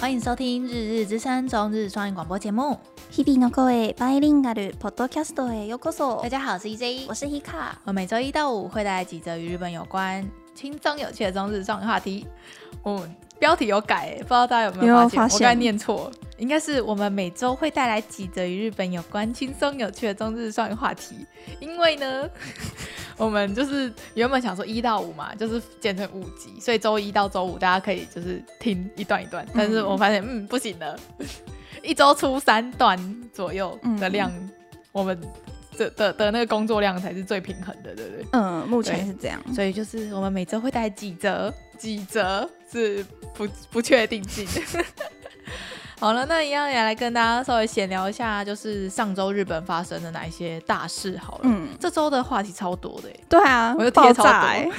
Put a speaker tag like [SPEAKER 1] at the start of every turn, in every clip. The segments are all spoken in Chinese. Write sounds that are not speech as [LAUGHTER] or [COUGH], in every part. [SPEAKER 1] 欢迎收听《日日之声》中日双语广播节目。
[SPEAKER 2] 日々の声バイリンガルポッドキャストへようこそ
[SPEAKER 1] 大。家好，我是 E EJ，
[SPEAKER 2] 我是 Hika，
[SPEAKER 1] 我每周一到五会带来几则与日本有关、轻松有趣的中日双语话题。哦，标题有改耶，欸不知道大家有没
[SPEAKER 2] 有
[SPEAKER 1] 有发
[SPEAKER 2] 没有
[SPEAKER 1] 现？
[SPEAKER 2] 发
[SPEAKER 1] 我刚才
[SPEAKER 2] 现
[SPEAKER 1] 念错，应该是我们每周会带来几则与日本有关、轻松有趣的中日双语话题。因为呢， [LAUGHS] 我们就是原本想说一到五嘛，就是剪成五集，所以周一到周五大家可以就是听一段一段。但是我发现，嗯，不行了，一周出三段左右的量，
[SPEAKER 2] 嗯
[SPEAKER 1] 我们这的的那个工作量才是最平衡的，对不对？
[SPEAKER 2] 嗯，目前
[SPEAKER 1] 对
[SPEAKER 2] 是这样。
[SPEAKER 1] 所以就是我们每周会带几折，几折是不不确定性。 [LAUGHS] 好了，那一样也来跟大家稍微闲聊一下，就是上周日本发生的哪一些大事好了。
[SPEAKER 2] 嗯，
[SPEAKER 1] 这周的话题超多的耶，
[SPEAKER 2] 对啊，
[SPEAKER 1] 我就贴
[SPEAKER 2] 爆
[SPEAKER 1] 超
[SPEAKER 2] 炸、
[SPEAKER 1] 多
[SPEAKER 2] 欸，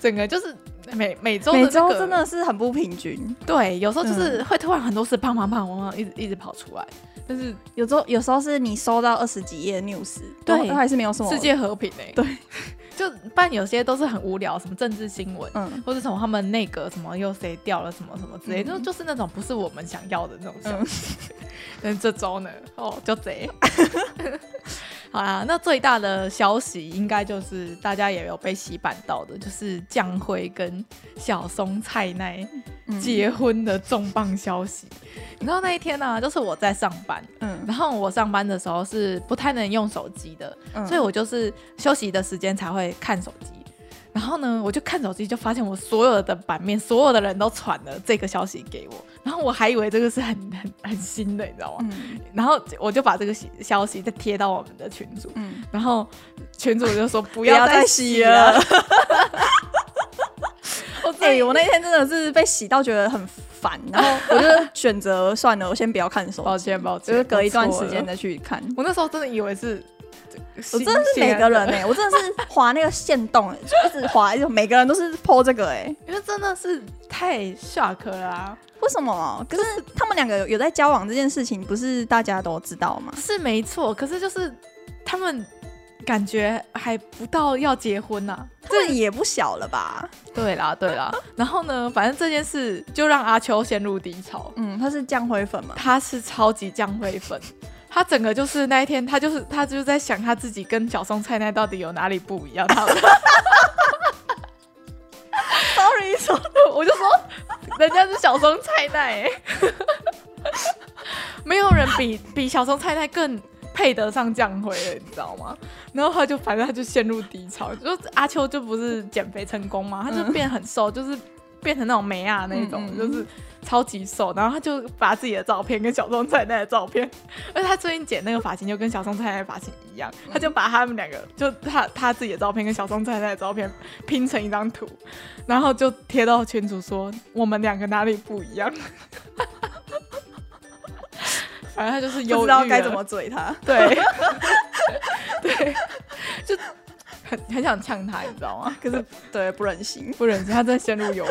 [SPEAKER 1] 整个就是每每周的
[SPEAKER 2] 每
[SPEAKER 1] 那
[SPEAKER 2] 周
[SPEAKER 1] 个
[SPEAKER 2] 真的是嗯很不平均，
[SPEAKER 1] 对，有时候就是会突然很多事砰砰砰砰砰一直一直跑出来，但是
[SPEAKER 2] 有时候有时候是你收到二十几页 news，都
[SPEAKER 1] 对
[SPEAKER 2] 都还是没有什么
[SPEAKER 1] 世，界和平哎、
[SPEAKER 2] 对，
[SPEAKER 1] [LAUGHS] 就但有些都是很无聊，什么政治新闻，
[SPEAKER 2] 嗯
[SPEAKER 1] 或者什么他们内阁什么又谁掉了什么什么之类，
[SPEAKER 2] 嗯
[SPEAKER 1] 就就是那种不是我们想要的那种消息。 [LAUGHS] 但这周呢，哦，就
[SPEAKER 2] [LAUGHS]
[SPEAKER 1] 贼。好啦，那最大的消息应该就是大家也有被洗版到的，就是江辉跟小松菜奈
[SPEAKER 2] 嗯
[SPEAKER 1] 结婚的重磅消息。你知道那一天呢、就是我在上班，
[SPEAKER 2] 嗯
[SPEAKER 1] 然后我上班的时候是不太能用手机的，
[SPEAKER 2] 嗯
[SPEAKER 1] 所以我就是休息的时间才会看手机。然后呢，我就看手机，就发现我所有的版面，所有的人都传了这个消息给我，然后我还以为这个是很 [LAUGHS] 很很新的，你知道吗？
[SPEAKER 2] 嗯
[SPEAKER 1] 然后我就把这个喜消息再贴到我们的群组，
[SPEAKER 2] 嗯，
[SPEAKER 1] 然后群主就说不
[SPEAKER 2] 要
[SPEAKER 1] 要
[SPEAKER 2] 再
[SPEAKER 1] 再
[SPEAKER 2] 洗
[SPEAKER 1] 洗
[SPEAKER 2] 了 [LAUGHS]
[SPEAKER 1] 了。我自
[SPEAKER 2] 哎、
[SPEAKER 1] 己
[SPEAKER 2] 我那天真的是被洗到觉得很烦，然 [LAUGHS] 后我就选择算了，我先不要看手
[SPEAKER 1] 抱
[SPEAKER 2] 机，
[SPEAKER 1] 歉抱歉，
[SPEAKER 2] 就是隔一段
[SPEAKER 1] 我错
[SPEAKER 2] 时间
[SPEAKER 1] 了。
[SPEAKER 2] 再去看。
[SPEAKER 1] 我那时候真的以为是，
[SPEAKER 2] 我真的是每个 [LAUGHS] 人哎、我真的是滑那个线动、欸，就一直滑，就每个人都是 PO 这个哎、
[SPEAKER 1] 因为真的是太 shock 了啊！
[SPEAKER 2] 为什么？可是他们两个有有在交往这件事情，不是大家都知道吗？
[SPEAKER 1] 是没错，可是就是他们感觉还不到要结婚呐、
[SPEAKER 2] 这也不小了吧？
[SPEAKER 1] 对啦，对啦。 [LAUGHS] 然后呢，反正这件事就让阿秋陷入低潮。
[SPEAKER 2] 嗯，他是降灰粉嘛？
[SPEAKER 1] 他是超级降灰粉，他整个就是那一天，他就是他就是在想他自己跟小松菜奈到底有哪里不一样。他
[SPEAKER 2] [LAUGHS] [LAUGHS] ，sorry，说
[SPEAKER 1] [LAUGHS] 我就说，人家是小松菜奈、欸， [LAUGHS] 没有人比比小松菜奈更配得上降灰了，你知道吗？然后他就反正他就陷入低潮，就是阿秋就不是减肥成功嘛，他就变很瘦，就是变成那种梅亚那种，
[SPEAKER 2] 嗯嗯
[SPEAKER 1] 就是超级瘦。然后他就把自己的照片跟小松菜奈的照片，而且他最近剪那个发型就跟小松菜奈的发型一样，他就把他们两个就他他自己的照片跟小松菜奈的照片拼成一张图，然后就贴到群主说我们两个哪里不一样。 [LAUGHS] 反正他就是
[SPEAKER 2] 不
[SPEAKER 1] 忧
[SPEAKER 2] 知
[SPEAKER 1] 郁
[SPEAKER 2] 道该
[SPEAKER 1] 了
[SPEAKER 2] 怎么嘴他。
[SPEAKER 1] 对， [LAUGHS] 对，就很很想呛他，你知道吗？
[SPEAKER 2] 可是对，不忍心。
[SPEAKER 1] 不忍心，他真的陷入犹豫。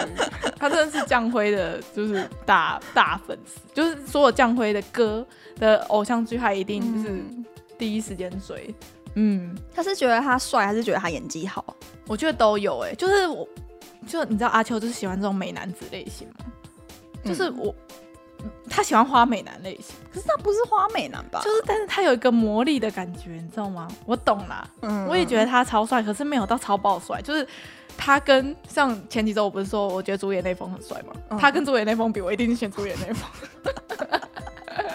[SPEAKER 1] 他真的是江辉的，就是大大粉丝，就是所有江辉的歌的偶像剧，他一定就是
[SPEAKER 2] 嗯，
[SPEAKER 1] 第一时间追。嗯，
[SPEAKER 2] 他是觉得他帅，还是觉得他演技好？
[SPEAKER 1] 我觉得都有哎、就是我，就你知道阿秋就是喜欢这种美男子类型嘛，就是
[SPEAKER 2] 嗯
[SPEAKER 1] 我。他喜欢花美男类型，
[SPEAKER 2] 可是他不是花美男吧？
[SPEAKER 1] 就是但是他有一个魔力的感觉，你知道吗？我懂啦，
[SPEAKER 2] 嗯
[SPEAKER 1] 我也觉得他超帅，可是没有到超爆帅，就是。他跟像前几周我不是说，我觉得主演那封很帅吗？
[SPEAKER 2] 嗯
[SPEAKER 1] 他跟主演那封比，我一定是选主演那封，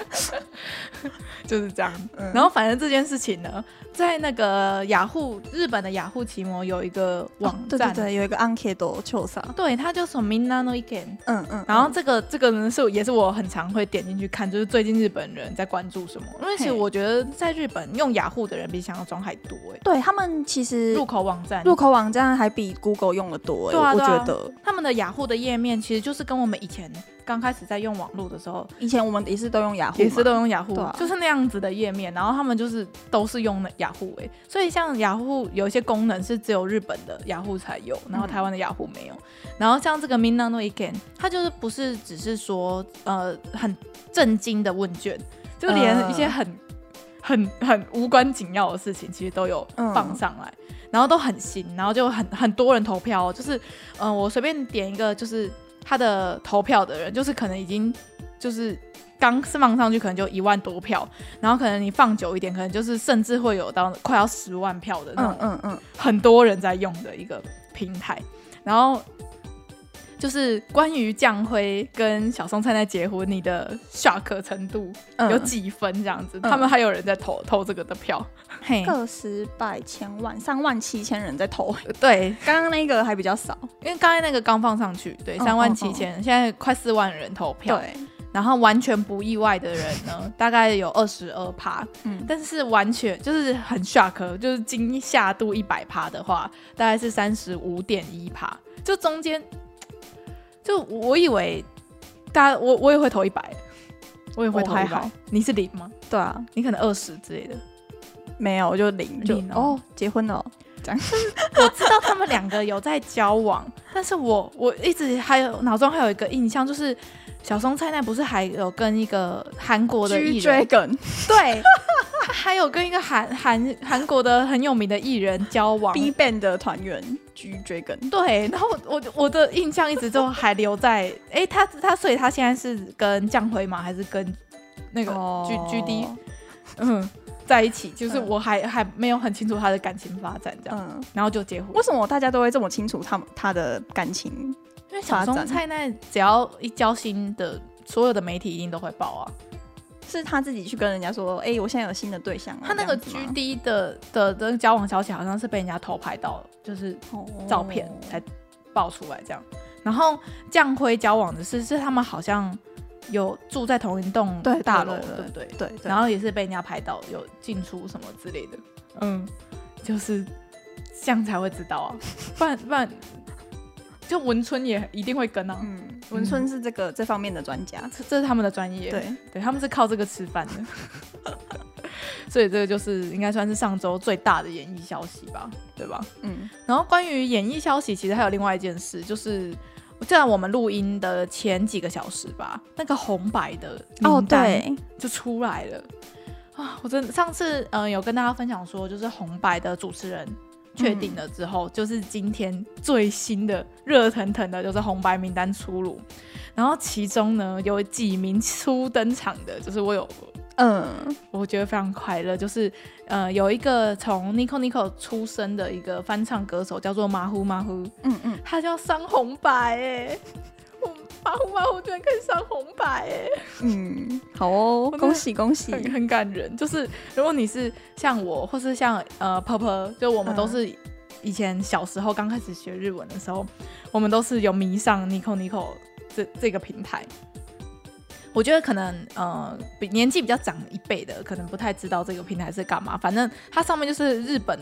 [SPEAKER 1] [LAUGHS] 就是这样。
[SPEAKER 2] 嗯
[SPEAKER 1] 然后反正这件事情呢，在那个雅虎日本的雅虎奇摩有一个网
[SPEAKER 2] 哦对
[SPEAKER 1] 站，
[SPEAKER 2] 对对，有一个 Ankedo 秋莎。
[SPEAKER 1] 对它叫什么 Minano Iken，
[SPEAKER 2] 嗯嗯，
[SPEAKER 1] 然后这个这个呢是也是我很常会点进去看，就是最近日本人在关注什么，因为其实
[SPEAKER 2] 嘿
[SPEAKER 1] 我觉得在日本用雅虎的人比想象中还多哎、
[SPEAKER 2] 对他们其实
[SPEAKER 1] 入口网站
[SPEAKER 2] 入口网站还比 Google 用的多、欸，
[SPEAKER 1] 对啊
[SPEAKER 2] 我
[SPEAKER 1] 对啊
[SPEAKER 2] 觉得。
[SPEAKER 1] 他们的雅虎的页面其实就是跟我们以前刚开始在用网络的时候，
[SPEAKER 2] 以前我们也是都用雅虎嘛，
[SPEAKER 1] 也是都用雅虎
[SPEAKER 2] 对啊，
[SPEAKER 1] 就是那样子的页面。然后他们就是都是用的雅虎哎、所以像雅虎有一些功能是只有日本的雅虎才有，然后
[SPEAKER 2] 嗯
[SPEAKER 1] 台湾的雅虎没有。然后像这个 Minano Iken，它就是不是只是说呃很震惊的问卷，就连
[SPEAKER 2] 嗯
[SPEAKER 1] 一些很。很很无关紧要的事情，其实都有
[SPEAKER 2] 嗯
[SPEAKER 1] 放上来，然后都很新，然后就很很多人投票、哦，就是嗯、呃我随便点一个，就是他的投票的人，就是可能已经就是刚放上去，可能就一万多票，然后可能你放久一点，可能就是甚至会有到快要十万票的那种
[SPEAKER 2] 嗯嗯嗯，
[SPEAKER 1] 很多人在用的一个平台。然后就是关于酱辉跟小松菜奈结婚，你的 shock 程度
[SPEAKER 2] 嗯
[SPEAKER 1] 有几分这样子？他们还有人在投投这个的票，嘿，
[SPEAKER 2] 个十百千万上万七千人在投，
[SPEAKER 1] 对，
[SPEAKER 2] 刚刚那个还比较少。
[SPEAKER 1] 因为刚才那个刚放上去，对，
[SPEAKER 2] 嗯
[SPEAKER 1] 三万七千，现在快四万人投票，
[SPEAKER 2] 对，
[SPEAKER 1] 然后完全不意外的人呢， [LAUGHS] 大概有二十二趴，
[SPEAKER 2] 嗯，
[SPEAKER 1] 但是完全就是很 shock，就是惊吓度一百趴的话，大概是三十五点一趴，就中间，就我以为大家我我也会投一百，我也会投
[SPEAKER 2] 我还
[SPEAKER 1] 一百
[SPEAKER 2] 好，
[SPEAKER 1] 你是零吗？
[SPEAKER 2] 对啊，
[SPEAKER 1] 你可能二十之类的。
[SPEAKER 2] 没有，我就零就
[SPEAKER 1] 零哦
[SPEAKER 2] 哦，结婚了哦，
[SPEAKER 1] [LAUGHS] 我知道他们两个有在交往， [LAUGHS] 但是我我一直还有脑中还有一个印象，就是小松菜奈不是还有跟一个韩国的艺
[SPEAKER 2] G
[SPEAKER 1] 人，
[SPEAKER 2] Dragon，
[SPEAKER 1] 对， [LAUGHS] 他还有跟一个韩韩韩国的很有名的艺人交往。
[SPEAKER 2] B Band 的团员 G Dragon，
[SPEAKER 1] 对，然后我我的印象一直都还留在，哎，他他所以他现在是跟江辉嘛，还是跟那个 G、G D 嗯在一起？就是
[SPEAKER 2] 嗯
[SPEAKER 1] 我还、还没有很清楚他的感情发展这样，
[SPEAKER 2] 嗯，
[SPEAKER 1] 然后就结婚。
[SPEAKER 2] 为什么大家都会这么清楚他们他的感情？
[SPEAKER 1] 因为小松菜奈只要一交心的，所有的媒体一定都会报啊。
[SPEAKER 2] 是他自己去跟人家说，哎、我现在有新的对象、啊。
[SPEAKER 1] 他那个
[SPEAKER 2] 这
[SPEAKER 1] G
[SPEAKER 2] 样子吗
[SPEAKER 1] D 的的的交往消息好像是被人家偷拍到了，就是照
[SPEAKER 2] 哦
[SPEAKER 1] 片才爆出来这样。然后降辉交往的是是他们好像有住在同一栋
[SPEAKER 2] 对
[SPEAKER 1] 大楼，
[SPEAKER 2] 对对
[SPEAKER 1] 对不对？
[SPEAKER 2] 对，然
[SPEAKER 1] 然
[SPEAKER 2] 后
[SPEAKER 1] 后也是被人家拍到有进出什么之类的，嗯，就是这样才会知
[SPEAKER 2] [LAUGHS]
[SPEAKER 1] 道啊，不然不然就文春也一定会跟啊，
[SPEAKER 2] 嗯，文春是这个、这方面的专家，
[SPEAKER 1] 这这是他们的专业，
[SPEAKER 2] 对，
[SPEAKER 1] 对，他们是靠这个吃饭的，
[SPEAKER 2] [LAUGHS]
[SPEAKER 1] 所以这个就是应该算是上周最大的演艺消息吧，对吧？
[SPEAKER 2] 嗯
[SPEAKER 1] 然后关于演艺消息，其实还有另外一件事，就是在我们录音的前几个小时吧，那个红白的
[SPEAKER 2] 哦
[SPEAKER 1] 名单
[SPEAKER 2] 对，
[SPEAKER 1] 就出来了啊！我真的上次嗯、呃有跟大家分享说，就是红白的主持人确定了之后，就是今天最新的热腾腾的，就是红白名单出炉。然后其中呢有几名初登场的，就是我有
[SPEAKER 2] 嗯，
[SPEAKER 1] 我觉得非常快乐，就是呃有一个从 Nico Nico 出生的一个翻唱歌手叫做马虎马虎，
[SPEAKER 2] 嗯嗯，
[SPEAKER 1] 他叫上红白哎、我马虎马虎居然可以上红白哎、
[SPEAKER 2] 嗯，好哦，
[SPEAKER 1] 真的
[SPEAKER 2] 恭喜恭喜！
[SPEAKER 1] 很很感人。就是如果你是像我，或是像呃婆婆，就我们
[SPEAKER 2] 嗯
[SPEAKER 1] 都是以前小时候刚开始学日文的时候，我们都是有迷上 Nico Nico 这这个平台。我觉得可能呃，比年纪比较长一辈的，可能不太知道这个平台是干嘛。反正它上面就是日本，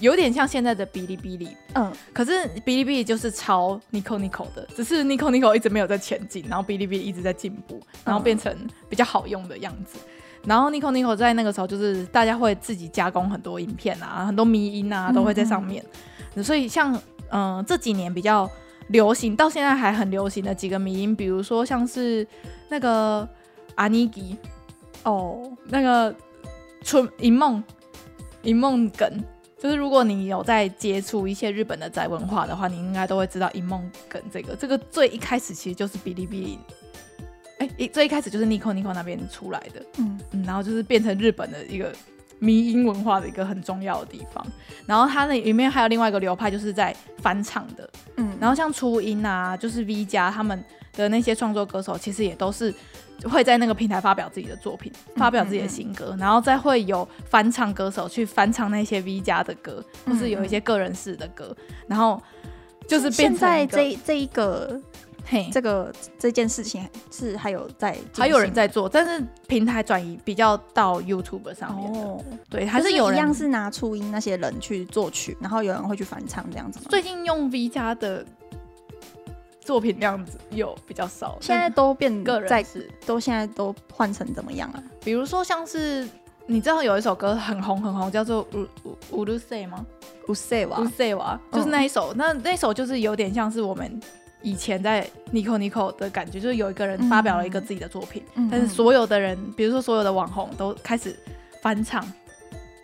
[SPEAKER 1] 有点像现在的哔哩哔哩，
[SPEAKER 2] 嗯，
[SPEAKER 1] 可是哔哩哔哩就是抄 Nico Nico 的，只是 Nico Nico 一直没有在前进，然后哔哩哔哩一直在进步，然后变成比较好用的样子。然后 Nico Nico 在那个时候就是大家会自己加工很多影片啊，很多迷音啊都会在上面，所以像嗯、呃这几年比较流行，到现在还很流行的几个迷音，比如说像是那个阿尼基
[SPEAKER 2] 哦，
[SPEAKER 1] 那个春银梦银梦梗，就是如果你有在接触一些日本的宅文化的话，你应该都会知道银梦梗这个。这个最一开始其实就是哔哩哔哩，哎、一最一开始就是 Nico Nico 那边出来的，
[SPEAKER 2] 嗯
[SPEAKER 1] 嗯，然后就是变成日本的一个迷音文化的一个很重要的地方。然后它那里面还有另外一个流派，就是在翻唱的，
[SPEAKER 2] 嗯，
[SPEAKER 1] 然后像初音啊，就是 V 加他们的那些创作歌手，其实也都是会在那个平台发表自己的作品，
[SPEAKER 2] 嗯
[SPEAKER 1] 发表自己的新歌，然后再会有翻唱歌手去翻唱那些 V 加的歌，或是有一些个人式的歌，然后就是变
[SPEAKER 2] 嗯现
[SPEAKER 1] 成
[SPEAKER 2] 在
[SPEAKER 1] 一个
[SPEAKER 2] 这这一个
[SPEAKER 1] 嘿。
[SPEAKER 2] 这个这件事情是还有在进行
[SPEAKER 1] 还有人在做，但是平台转移比较到 YouTube 上面的，
[SPEAKER 2] 哦，
[SPEAKER 1] 对，还
[SPEAKER 2] 就是
[SPEAKER 1] 有
[SPEAKER 2] 一
[SPEAKER 1] 人
[SPEAKER 2] 样是拿初音那些人去作曲，然后有人会去翻唱这样子吗？
[SPEAKER 1] 最近用 V 加的作品量子有比较少，
[SPEAKER 2] 现在都变
[SPEAKER 1] 个人
[SPEAKER 2] 在
[SPEAKER 1] 是
[SPEAKER 2] 都现在都换成怎么样啊？
[SPEAKER 1] 比如说像是你知道有一首歌很红很红，叫做《乌乌乌鲁塞》吗？
[SPEAKER 2] 不塞吧
[SPEAKER 1] 乌？塞哇，就是那一首。那那首就是有点像是我们以前在 Nico Nico 的感觉，就是有一个人发表了一个自己的作品，
[SPEAKER 2] 嗯
[SPEAKER 1] 但是所有的人，比如说所有的网红都开始翻唱。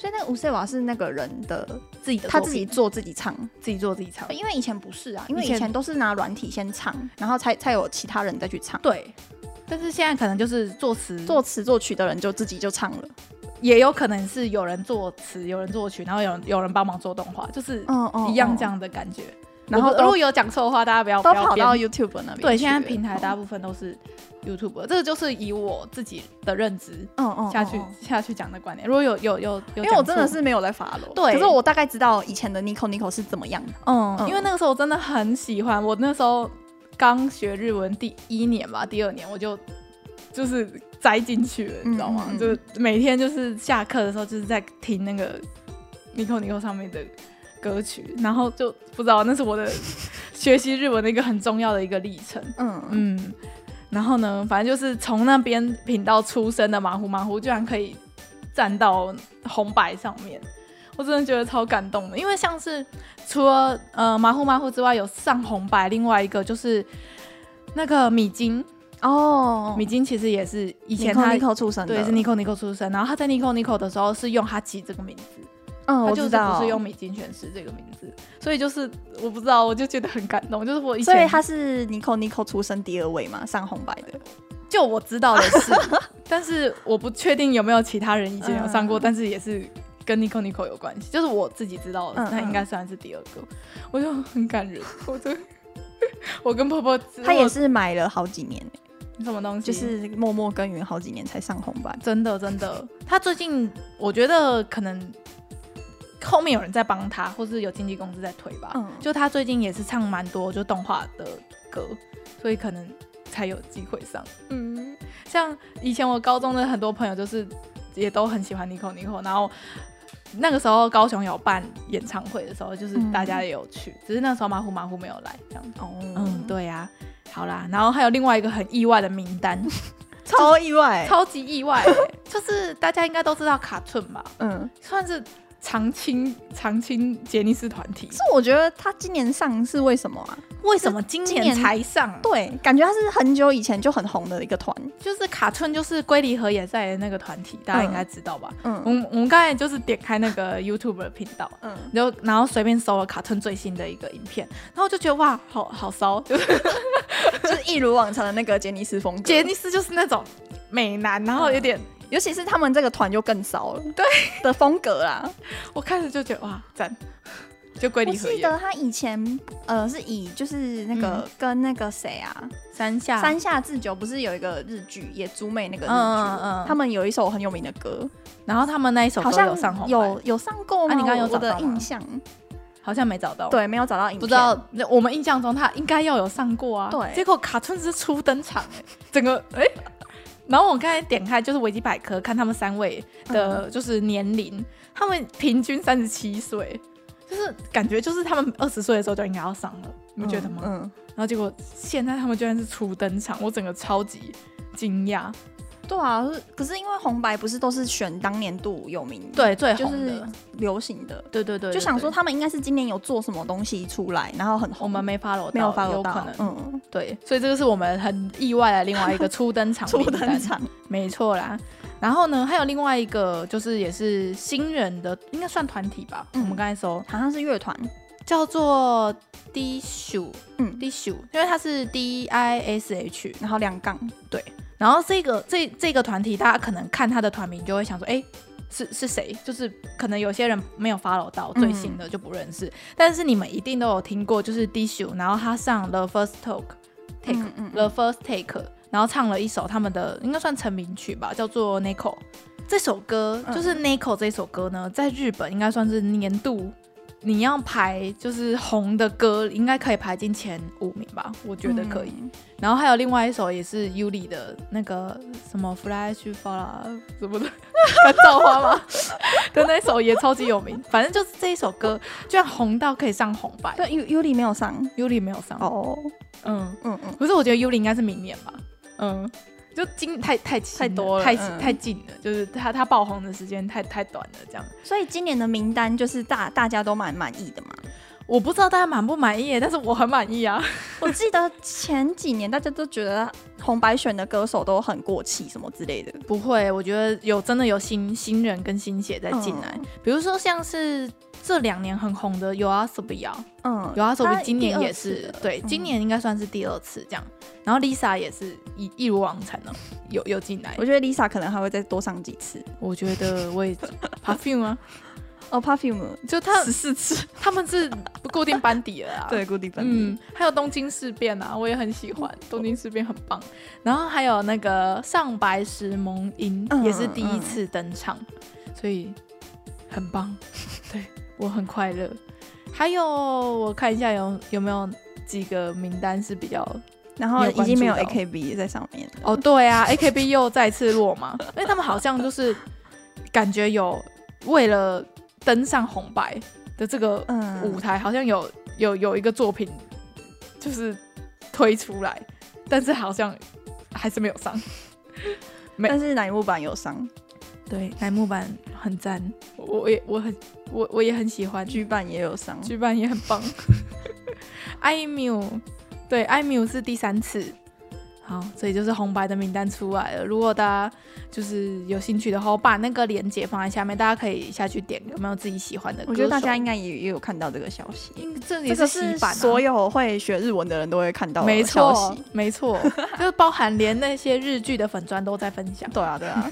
[SPEAKER 2] 所以那个五岁瓦是那个人的，
[SPEAKER 1] 自己的
[SPEAKER 2] 他
[SPEAKER 1] 作
[SPEAKER 2] 自己
[SPEAKER 1] 品
[SPEAKER 2] 做自己唱。
[SPEAKER 1] 自己做自己唱。
[SPEAKER 2] 因为以前不是啊，因为
[SPEAKER 1] 以
[SPEAKER 2] 以
[SPEAKER 1] 前
[SPEAKER 2] 前都是拿软体先唱，然后才才有其他人再去唱。
[SPEAKER 1] 对，但是现在可能就是作词
[SPEAKER 2] 作词作曲的人就自己就唱了。
[SPEAKER 1] 也有可能是有人作词，有人作曲，然后有人有人帮忙做动画，就是
[SPEAKER 2] 嗯嗯
[SPEAKER 1] 一样
[SPEAKER 2] 嗯
[SPEAKER 1] 这样的感觉。
[SPEAKER 2] 然后
[SPEAKER 1] 我不
[SPEAKER 2] 都
[SPEAKER 1] 如果有讲错的话，大家不要
[SPEAKER 2] 都
[SPEAKER 1] 不要
[SPEAKER 2] 跑
[SPEAKER 1] 编
[SPEAKER 2] 到 YouTube 那边去了。
[SPEAKER 1] 对，现在平台大
[SPEAKER 2] 嗯
[SPEAKER 1] 部分都是 YouTube，这个就是以我自己的认知
[SPEAKER 2] 嗯嗯
[SPEAKER 1] 下去、
[SPEAKER 2] 嗯嗯
[SPEAKER 1] 下去讲的观点。如果有有有有，
[SPEAKER 2] 因为我真的是没有在发了，
[SPEAKER 1] 对
[SPEAKER 2] 可是我大概知道以前的 Nico Nico 是怎么样的。
[SPEAKER 1] 嗯，
[SPEAKER 2] 嗯
[SPEAKER 1] 因为那个时候我真的很喜欢，我那时候刚学日文第一年吧，第二年我就就是栽进去了，你知道吗？
[SPEAKER 2] 嗯嗯嗯
[SPEAKER 1] 就是每天就是下课的时候就是在听那个 Nico Nico 上面的歌曲，然后就不知道那是我的学习日文的一个很重要的一个历程。
[SPEAKER 2] 嗯嗯，
[SPEAKER 1] 嗯，然后呢，反正就是从那边频道出生的马虎马虎，居然可以站到红白上面，我真的觉得超感动的。因为像是除了呃马虎马虎之外，有上红白，另外一个就是那个米津，
[SPEAKER 2] 哦，
[SPEAKER 1] 米津其实也是以
[SPEAKER 2] 以
[SPEAKER 1] 前他
[SPEAKER 2] Nico Nico 出生的，
[SPEAKER 1] 对是 Nico Nico 出生，然后他在 Nico Nico 的时候是用哈奇这个名字，
[SPEAKER 2] 嗯，
[SPEAKER 1] 他
[SPEAKER 2] 我
[SPEAKER 1] 就
[SPEAKER 2] 知
[SPEAKER 1] 是
[SPEAKER 2] 道，
[SPEAKER 1] 不是用米津玄师这个名字，所以就是我不知道，我就觉得很感动，就是我以前
[SPEAKER 2] 所以他是 Nico Nico 出生第二位嘛，上红白的。
[SPEAKER 1] 就我知道的
[SPEAKER 2] [LAUGHS]
[SPEAKER 1] 是，但是我不确定有没有其他人以前有上过，
[SPEAKER 2] 嗯
[SPEAKER 1] 但是也是跟 Nico Nico 有关系，就是我自己知道的，
[SPEAKER 2] 嗯
[SPEAKER 1] 那应该算是第二个，我就很感人，我就 [LAUGHS] 我跟婆婆
[SPEAKER 2] 他也是买了好几年，
[SPEAKER 1] 我什么东西，
[SPEAKER 2] 就是默默耕耘好几年才上红白。
[SPEAKER 1] 真的真的，他最近我觉得可能。后面有人在帮他，或是有经纪公司在推吧。
[SPEAKER 2] 嗯
[SPEAKER 1] 就他最近也是唱蛮多就动画的歌，所以可能才有机会上。
[SPEAKER 2] 嗯，
[SPEAKER 1] 像以前我高中的很多朋友，就是也都很喜欢 Nico Nico，然后那个时候高雄有办演唱会的时候，就是
[SPEAKER 2] 嗯
[SPEAKER 1] 大家也有去，只是那时候马虎马虎没有来这样。
[SPEAKER 2] 哦，
[SPEAKER 1] 嗯，，对呀、好啦，然后还有另外一个很意外的名 [LAUGHS] 单，
[SPEAKER 2] 超意外。
[SPEAKER 1] 超级意外欸、 [LAUGHS] 就是大家应该都知道卡顿吧，
[SPEAKER 2] 嗯，
[SPEAKER 1] 算是常青常青杰尼斯团体，
[SPEAKER 2] 但我觉得他今年上是为什么啊？
[SPEAKER 1] 为什么今
[SPEAKER 2] 今
[SPEAKER 1] 年
[SPEAKER 2] 年
[SPEAKER 1] 才上啊？
[SPEAKER 2] 对，感觉他是很久以前就很红的一个团。
[SPEAKER 1] 就是卡顿，就是龟梨和也在的那个团体，大家应该知道吧？我
[SPEAKER 2] 嗯
[SPEAKER 1] 们我们刚才就是点开那
[SPEAKER 2] [LAUGHS]
[SPEAKER 1] 个 YouTube 的频道，
[SPEAKER 2] 嗯，
[SPEAKER 1] 然后然后随便搜了卡顿最新的一个影片，然后我就觉得哇，好好
[SPEAKER 2] [LAUGHS]
[SPEAKER 1] 骚，就是
[SPEAKER 2] 就是一如往常的那个杰尼斯风格。
[SPEAKER 1] 杰尼斯就是那种美男，然后有点，
[SPEAKER 2] 尤其是他们这个团就更骚了，对的风格啦。
[SPEAKER 1] 我开始就觉得哇赞，就龟
[SPEAKER 2] 嗯我
[SPEAKER 1] 梨和
[SPEAKER 2] 记
[SPEAKER 1] 也
[SPEAKER 2] 得他以前呃是以就是那个、跟那个谁嗯啊，
[SPEAKER 1] 三下
[SPEAKER 2] 山下智久不是有一个日剧野猪妹那个日剧，
[SPEAKER 1] 嗯嗯嗯
[SPEAKER 2] 他们有一首很有名的歌，
[SPEAKER 1] 然后他们那一首歌
[SPEAKER 2] 好像
[SPEAKER 1] 有上红，
[SPEAKER 2] 有，有上过
[SPEAKER 1] 啊
[SPEAKER 2] 吗？
[SPEAKER 1] 你刚刚有
[SPEAKER 2] 我我
[SPEAKER 1] 找到
[SPEAKER 2] 的
[SPEAKER 1] 吗
[SPEAKER 2] 印象，
[SPEAKER 1] 好像没找到，，
[SPEAKER 2] 对，没有找到影片，
[SPEAKER 1] 不知道那我们印象中他应该要有上过啊，
[SPEAKER 2] 对
[SPEAKER 1] 结果卡顿是初登场、欸，整个
[SPEAKER 2] [LAUGHS]
[SPEAKER 1] 哎。然后我刚才点开就是维基百科，看他们三位
[SPEAKER 2] 嗯
[SPEAKER 1] 的，就是年龄，他们平均三十七岁，就是感觉就是他们二十岁的时候就应该要上了，你
[SPEAKER 2] 嗯，
[SPEAKER 1] 们觉得吗？
[SPEAKER 2] 嗯，
[SPEAKER 1] 然后结果现在他们居然是初登场，我整个超级惊讶。
[SPEAKER 2] 对啊，可是因为红白不是都是选当年度有名，，
[SPEAKER 1] 对，最
[SPEAKER 2] 就
[SPEAKER 1] 红的，
[SPEAKER 2] 是流行的，
[SPEAKER 1] 对对对
[SPEAKER 2] 就想说
[SPEAKER 1] 对
[SPEAKER 2] 他们应该是今年有做什么东西出来，然后很红，
[SPEAKER 1] 我们没 follow 到
[SPEAKER 2] 没有 follow
[SPEAKER 1] 有
[SPEAKER 2] 到
[SPEAKER 1] 可能、
[SPEAKER 2] 嗯，
[SPEAKER 1] 对，所以这个是我们很意外的另外一个初登
[SPEAKER 2] [LAUGHS]
[SPEAKER 1] 场
[SPEAKER 2] 初
[SPEAKER 1] 名单
[SPEAKER 2] 登场，
[SPEAKER 1] 没错啦。然后呢，还有另外一个就是也是新人的，应该算团体吧。
[SPEAKER 2] 嗯
[SPEAKER 1] 我们刚才说
[SPEAKER 2] 好像是乐团，
[SPEAKER 1] 叫做 D 数，
[SPEAKER 2] 嗯
[SPEAKER 1] ，D 数，因为它是 D I S H，
[SPEAKER 2] 然后两杠，
[SPEAKER 1] 然后这个这这个团体，大家可能看他的团名就会想说，哎，是是谁？就是可能有些人没有 follow 到
[SPEAKER 2] 嗯
[SPEAKER 1] 最新的就不认识，但是你们一定都有听过，就是 d i s h u 然后他上 The First Talk Take、
[SPEAKER 2] 嗯嗯
[SPEAKER 1] The First Take，然后唱了一首他们的应该算成名曲吧，叫做 Nico。这首歌
[SPEAKER 2] 嗯
[SPEAKER 1] 就是 Nico 这首歌呢，在日本应该算是年度。你要排就是红的歌，应该可以排进前五名吧？我觉得可以。
[SPEAKER 2] 嗯
[SPEAKER 1] 然后还有另外一首也是 Yuli 的那个什么 Fly to f a l a 什么的，干燥花吗？ [LAUGHS] 的那一首也超级有名。反正就是这一首歌，居然红到可以上红白。
[SPEAKER 2] 对，尤尤里没有上。
[SPEAKER 1] Yuli 没有上，
[SPEAKER 2] 哦，
[SPEAKER 1] 嗯，
[SPEAKER 2] 嗯嗯，
[SPEAKER 1] 可是我觉得 Yuli 应该是明年吧，嗯，就今太太近
[SPEAKER 2] 太多了
[SPEAKER 1] 太
[SPEAKER 2] 嗯
[SPEAKER 1] 太近了，就是他他爆红的时间太太短了，这样。 [LAUGHS]
[SPEAKER 2] 所以今年的名单就是大大家都蛮满意的嘛。
[SPEAKER 1] 我不知道大家满不满意耶，但是我很满意啊。
[SPEAKER 2] 我记得前几年大家都觉得红白选的歌手都很过气什么之类的，
[SPEAKER 1] [LAUGHS] 不会，我觉得有真的有新新人跟新血在进来，比如说像是这两年很红的 U R S B 啊，
[SPEAKER 2] 嗯，
[SPEAKER 1] 有啊，手
[SPEAKER 2] 他
[SPEAKER 1] 比今年
[SPEAKER 2] 第二
[SPEAKER 1] 也
[SPEAKER 2] 次
[SPEAKER 1] 是
[SPEAKER 2] 了，
[SPEAKER 1] 对，今年应该算是第二次这样。然后 Lisa 也是一一如往常的哦有有进来
[SPEAKER 2] 我，觉得 Lisa 可能还会再多上几次
[SPEAKER 1] 我觉得 [LAUGHS] 我也 Perfume 啊，
[SPEAKER 2] 哦，Perfume
[SPEAKER 1] 就 [LAUGHS] 他
[SPEAKER 2] 十四次，
[SPEAKER 1] 他们是不固定班底了啊。，
[SPEAKER 2] 对，固定本
[SPEAKER 1] 嗯，还有东京事变啊，我也很喜欢，东京事变很棒。然后还有那个上白石萌音
[SPEAKER 2] 嗯
[SPEAKER 1] 也是第一次登场，所以很棒，嗯 [LAUGHS] 对我很快乐。还有我看一下有有没有几个名单是比较
[SPEAKER 2] 然后已经没有
[SPEAKER 1] 你有关注
[SPEAKER 2] AKB 在上面了。
[SPEAKER 1] 哦，对啊，AKB 又再次落马， [LAUGHS] 因为他们好像就是感觉有为了登上红白的这个
[SPEAKER 2] 嗯
[SPEAKER 1] 舞台，好像有有有一个作品就是推出来，但是好像还是没有上。没
[SPEAKER 2] 但是乃木坂有上，
[SPEAKER 1] 对，乃木坂很赞，我我也我很我我也很喜欢，
[SPEAKER 2] 剧版也有上，
[SPEAKER 1] 举办也很 [LAUGHS] 棒。iMu，对，iMu 是第三次。好，所以就是红白的名单出来了。如果大家就是有兴趣的话，我把那个链接放在下面，大家可以下去点有没有自己喜欢的歌手。
[SPEAKER 2] 我觉得大家应该也也有看到这个消息。
[SPEAKER 1] 嗯，这里
[SPEAKER 2] 这
[SPEAKER 1] 是
[SPEAKER 2] 个
[SPEAKER 1] 洗
[SPEAKER 2] 是
[SPEAKER 1] 版、啊，
[SPEAKER 2] 所有会学日文的人都会看到
[SPEAKER 1] 没
[SPEAKER 2] 的消
[SPEAKER 1] 错
[SPEAKER 2] 息。，
[SPEAKER 1] 没错， [LAUGHS] 就是包含连那些日剧的粉砖都在分享，
[SPEAKER 2] 对啊，对 [LAUGHS] 啊，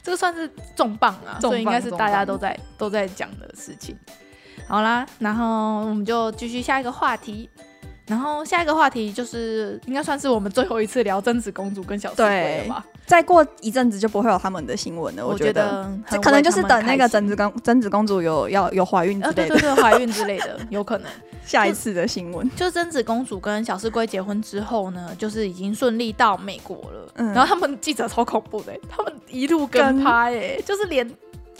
[SPEAKER 1] 这个算是重磅啊，
[SPEAKER 2] 重磅
[SPEAKER 1] 所以应该是大家都在都在讲的事情。好啦，然后我们就继续下一个话题。然后下一个话题就是应该算是我们最后一次聊贞子公主跟小四鬼了吧？
[SPEAKER 2] 再过一阵子就不会有他们的新闻了。
[SPEAKER 1] 我
[SPEAKER 2] 觉得，
[SPEAKER 1] 得
[SPEAKER 2] 这
[SPEAKER 1] 很
[SPEAKER 2] 可
[SPEAKER 1] 为
[SPEAKER 2] 能就
[SPEAKER 1] 他
[SPEAKER 2] 是
[SPEAKER 1] 们
[SPEAKER 2] 等那
[SPEAKER 1] 开
[SPEAKER 2] 个
[SPEAKER 1] 心
[SPEAKER 2] 贞子公贞子公主有要有怀孕之
[SPEAKER 1] 呃
[SPEAKER 2] 类
[SPEAKER 1] 对
[SPEAKER 2] 的，
[SPEAKER 1] 对对怀孕之类的，有可能。
[SPEAKER 2] 下一次的新闻。
[SPEAKER 1] 就贞子公主跟小四龟结婚之后呢，就是已经顺利到美国了。
[SPEAKER 2] 嗯
[SPEAKER 1] 然后他们记者超恐怖的、欸他们一路跟
[SPEAKER 2] 跟
[SPEAKER 1] 拍、欸，就是连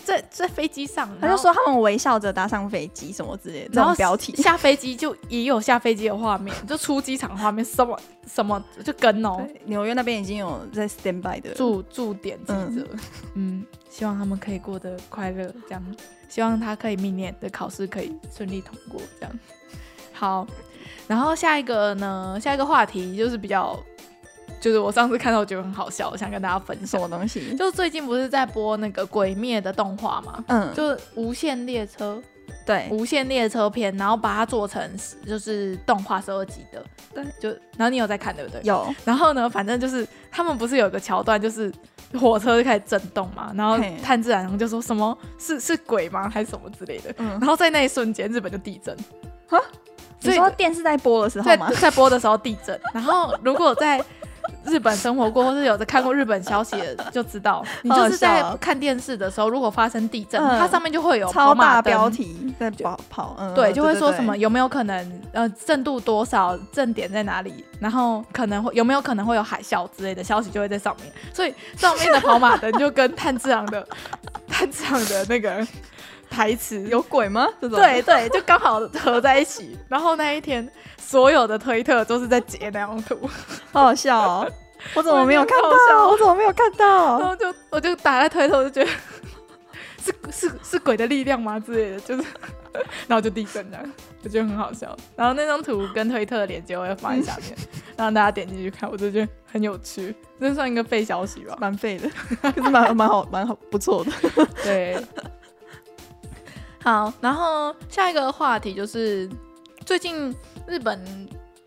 [SPEAKER 1] 在在飞机上，
[SPEAKER 2] 他
[SPEAKER 1] 然
[SPEAKER 2] 就
[SPEAKER 1] 后
[SPEAKER 2] 说他们微笑着搭上飞机什么之类的这
[SPEAKER 1] 然后
[SPEAKER 2] 种标题，
[SPEAKER 1] 下飞机就也有下飞机的画面，就出机场画面，什么什么就跟哦、
[SPEAKER 2] 对纽约那边已经有在 stand by 的
[SPEAKER 1] 驻驻点记者，嗯希望他们可以过得快乐，这样，希望他可以明年的考试可以顺利通过，这样。好，然后下一个呢，下一个话题就是比较，就是我上次看到我觉得很好笑，我想跟大家分
[SPEAKER 2] 什
[SPEAKER 1] 享。
[SPEAKER 2] 么东西，
[SPEAKER 1] 就最近不是在播那个《鬼灭》的动画嘛，
[SPEAKER 2] 嗯，哎
[SPEAKER 1] 就是《无限列车》
[SPEAKER 2] 对
[SPEAKER 1] 《无限列车篇》，然后把它做成就是动画十二集的，
[SPEAKER 2] 对，
[SPEAKER 1] 就然后你有在看对不对？
[SPEAKER 2] 有，
[SPEAKER 1] 然后呢，反正就是他们不是有个桥段，就是火车就开始震动嘛，然后
[SPEAKER 2] 嘿
[SPEAKER 1] 炭治郎就说什么是是鬼吗，还是什么之类的。
[SPEAKER 2] 嗯
[SPEAKER 1] 然，后在那一瞬间，日本就地震，
[SPEAKER 2] 你
[SPEAKER 1] 所以
[SPEAKER 2] 说电视在播的时候
[SPEAKER 1] 在
[SPEAKER 2] 吗？
[SPEAKER 1] 在播的时候地震。然后如果在日本生活过，或是有在看过日本消息的，就知道你
[SPEAKER 2] 好
[SPEAKER 1] 就
[SPEAKER 2] 好
[SPEAKER 1] 是
[SPEAKER 2] 笑
[SPEAKER 1] 在
[SPEAKER 2] 哦
[SPEAKER 1] 看电视的时候，如果发生地震，
[SPEAKER 2] 嗯
[SPEAKER 1] 它上面就会有
[SPEAKER 2] 超
[SPEAKER 1] 跑马灯
[SPEAKER 2] 大标。题在跑跑，嗯，
[SPEAKER 1] 对，就会说
[SPEAKER 2] 对
[SPEAKER 1] 什么有没有可能呃震度多少，震点在哪里，然后可能会有没有可能会有海啸之类的消息就会在上面，所以上面的跑马灯就
[SPEAKER 2] [LAUGHS]
[SPEAKER 1] 跟炭治郎的炭治郎的那个台词
[SPEAKER 2] 有鬼吗？这种
[SPEAKER 1] 对，对，就刚好合在一起。然后那一天所有的推特都是在截那张图，
[SPEAKER 2] 好好笑 [LAUGHS] 哦。我怎么没有看
[SPEAKER 1] 我觉得很好
[SPEAKER 2] 到？我怎么没有看
[SPEAKER 1] 然
[SPEAKER 2] 到？？
[SPEAKER 1] 后就我就打在推特，我就觉得是是是鬼的力量吗之类的，就是 [LAUGHS] 然后就地震这样，我觉得很好笑。然后那张图跟推特的链接我会放在下 [LAUGHS] 面，让大家点进去看，我就觉得很有趣，这算一个废消息 [LAUGHS] 吧
[SPEAKER 2] [LAUGHS] 蛮废的，可是蛮蛮好，蛮好，不错的。
[SPEAKER 1] 对。 [LAUGHS] 好，然后下一个话题就是最近日本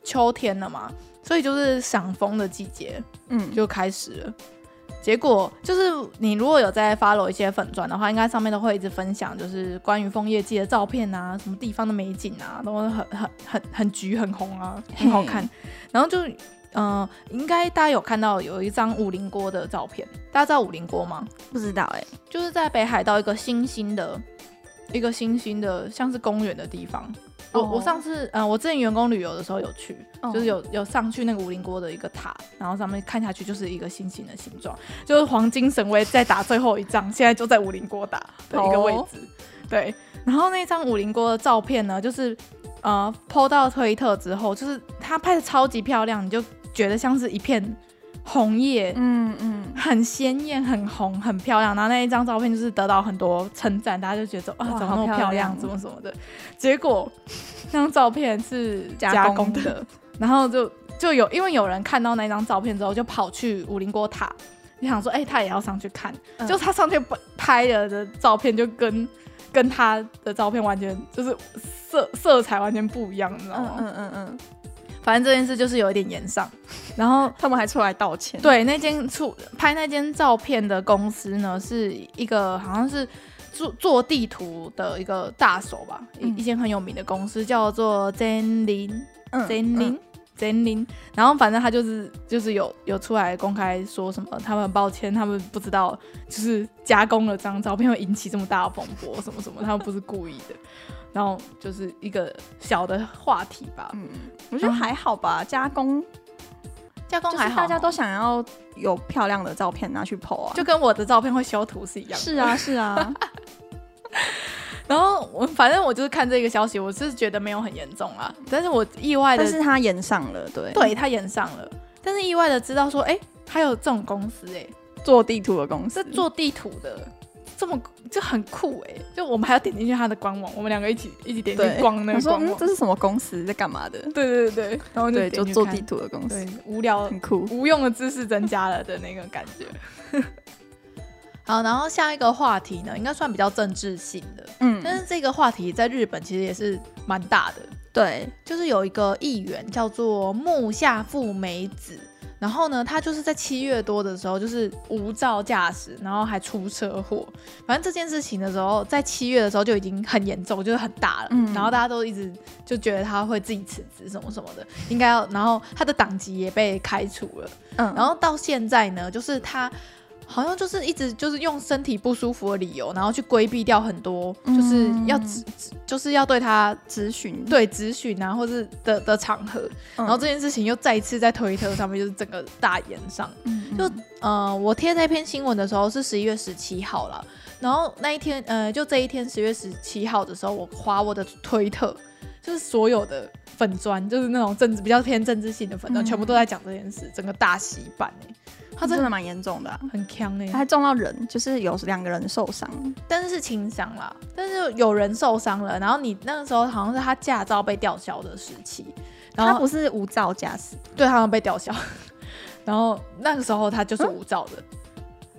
[SPEAKER 1] 秋天了嘛，所以就是赏枫的季节，
[SPEAKER 2] [LAUGHS] 嗯，
[SPEAKER 1] 就开始了。结果就是，你如果有在 follow 一些粉钻的话，应该上面都会一直分享，就是关于枫叶季的照片啊，什么地方的美景啊，都很很很很橘、很红啊，很好看。 [LAUGHS] 然后就，嗯、应该大家有看到有一张五菱锅的照片，大家知道五菱锅吗？
[SPEAKER 2] 不知道哎，
[SPEAKER 1] 就是在北海道一个新兴的、一个新兴的像是公园的地方。我、
[SPEAKER 2] 哦
[SPEAKER 1] 我上次，嗯、我之前员工旅游的时候有去，
[SPEAKER 2] 哦
[SPEAKER 1] 就是有有上去那个五菱锅的一个塔，然后上面看下去就是一个星星的形状，就是黄金神威在打最后一仗，现在就在五菱锅打的
[SPEAKER 2] 哦
[SPEAKER 1] 一个位置。对，然后那张五菱锅的照片呢，就是呃，PO 到推特之后，就是它拍的超级漂亮，你就觉得像是一片红叶，
[SPEAKER 2] 嗯嗯，
[SPEAKER 1] 很鲜艳、很红、很漂亮。然后那一张照片就是得到很多称赞，大家就觉得啊，
[SPEAKER 2] 哇
[SPEAKER 1] 怎么那么
[SPEAKER 2] 好
[SPEAKER 1] 漂
[SPEAKER 2] 漂亮哦
[SPEAKER 1] 怎么什么的。结果那张照片是
[SPEAKER 2] 加
[SPEAKER 1] 加工
[SPEAKER 2] 工
[SPEAKER 1] 的， [LAUGHS] 然后就就有因为有人看到那张照片之后，就跑去武林锅塔，就想说，哎、他也要上去看。
[SPEAKER 2] 嗯
[SPEAKER 1] 就他上去拍了的照片，就跟跟他的照片完全就是色色彩完全不一样，你知道吗
[SPEAKER 2] 嗯？嗯嗯嗯，
[SPEAKER 1] 反正这件事就是有一点延上，然后
[SPEAKER 2] 他们还出来道歉。，
[SPEAKER 1] 对，那间出拍那间照片的公司呢，是一个好像是做做地图的一个大手吧，一、
[SPEAKER 2] 嗯
[SPEAKER 1] 一间很有名的公司叫做 Zen Lin
[SPEAKER 2] 嗯
[SPEAKER 1] Zen Lin Zen Lin，然后反正他就是就是有有出来公开说什么，他们很抱歉，他们不知道就是加工了这张照片会引起这么大的风波，什么什么，他们不是故意的，然后就是一个小的话题吧，
[SPEAKER 2] 嗯，我觉得还好吧，加工
[SPEAKER 1] 加工
[SPEAKER 2] 就是
[SPEAKER 1] 还好，
[SPEAKER 2] 大家都想要有漂亮的照片拿去 PO 啊。
[SPEAKER 1] 就跟我的照片会修图是一样的。
[SPEAKER 2] [LAUGHS] 是啊，是啊，
[SPEAKER 1] 然后我反正我就是看这个消息，我是觉得没有很严重啦，但是我意外的
[SPEAKER 2] [LAUGHS] 但是他演上了，对，
[SPEAKER 1] 对他演上了，但是意外的知道说，哎，还有这种公司哎、
[SPEAKER 2] 做地图的公司
[SPEAKER 1] 是做地图的，这么就很酷哎、就我们还要点进去他的官网，我们两个一起一起点进去
[SPEAKER 2] 对
[SPEAKER 1] 逛那
[SPEAKER 2] 我
[SPEAKER 1] 个
[SPEAKER 2] 说
[SPEAKER 1] 官
[SPEAKER 2] 嗯
[SPEAKER 1] 网，，
[SPEAKER 2] 这是什么公司在干嘛的？
[SPEAKER 1] 对对对，对然后就
[SPEAKER 2] 对，
[SPEAKER 1] 点
[SPEAKER 2] 就
[SPEAKER 1] 进去
[SPEAKER 2] 做
[SPEAKER 1] 看
[SPEAKER 2] 地图的公司
[SPEAKER 1] 对，无聊
[SPEAKER 2] 很酷。
[SPEAKER 1] 无用的知识增加了的那个感觉。 [LAUGHS] 好，然后下一个话题呢，应该算比较政治性的，
[SPEAKER 2] 嗯，
[SPEAKER 1] 但是这个话题在日本其实也是蛮大的。
[SPEAKER 2] 对，
[SPEAKER 1] 就是有一个议员叫做木下富美子，然后呢，她就是在七月多的时候就是无照驾驶，然后还出车祸。反正这件事情的时候，在七月的时候就已经很严重，就是很大了。
[SPEAKER 2] 嗯
[SPEAKER 1] 然后大家都一直就觉得她会自己辞职什么什么的，应该要。然后她的党籍也被开除了。
[SPEAKER 2] 嗯，
[SPEAKER 1] 然后到现在呢，就是他好像就是一直就是用身体不舒服的理由，然后去规避掉很多，就是要
[SPEAKER 2] 嗯
[SPEAKER 1] 指、指就是要对他
[SPEAKER 2] 咨询，
[SPEAKER 1] 对咨询啊，或是的的场合，
[SPEAKER 2] 嗯
[SPEAKER 1] 然后这件事情又再一次在推特上面就是整个大延上。
[SPEAKER 2] 嗯嗯
[SPEAKER 1] 就呃，我贴那篇新闻的时候是十一月十七号了，然后那一天呃，就这一天十月十七号的时候，我划我的推特，就是所有的粉砖，就是那种政治比较偏政治性的粉砖，
[SPEAKER 2] 嗯
[SPEAKER 1] 全部都在讲这件事，整个大洗版哎、他
[SPEAKER 2] 他
[SPEAKER 1] 真
[SPEAKER 2] 真
[SPEAKER 1] 的
[SPEAKER 2] 的蛮严重的啊、
[SPEAKER 1] 很强哎、
[SPEAKER 2] 他还撞到人，就是有两个人受伤。
[SPEAKER 1] 但是是轻伤啦，但是有人受伤了，然后你那个时候好像是他驾照被吊销的时期，然后
[SPEAKER 2] 他不是无照驾驶
[SPEAKER 1] 对，他们被吊销。 [LAUGHS] 然后那个时候他就是无照的，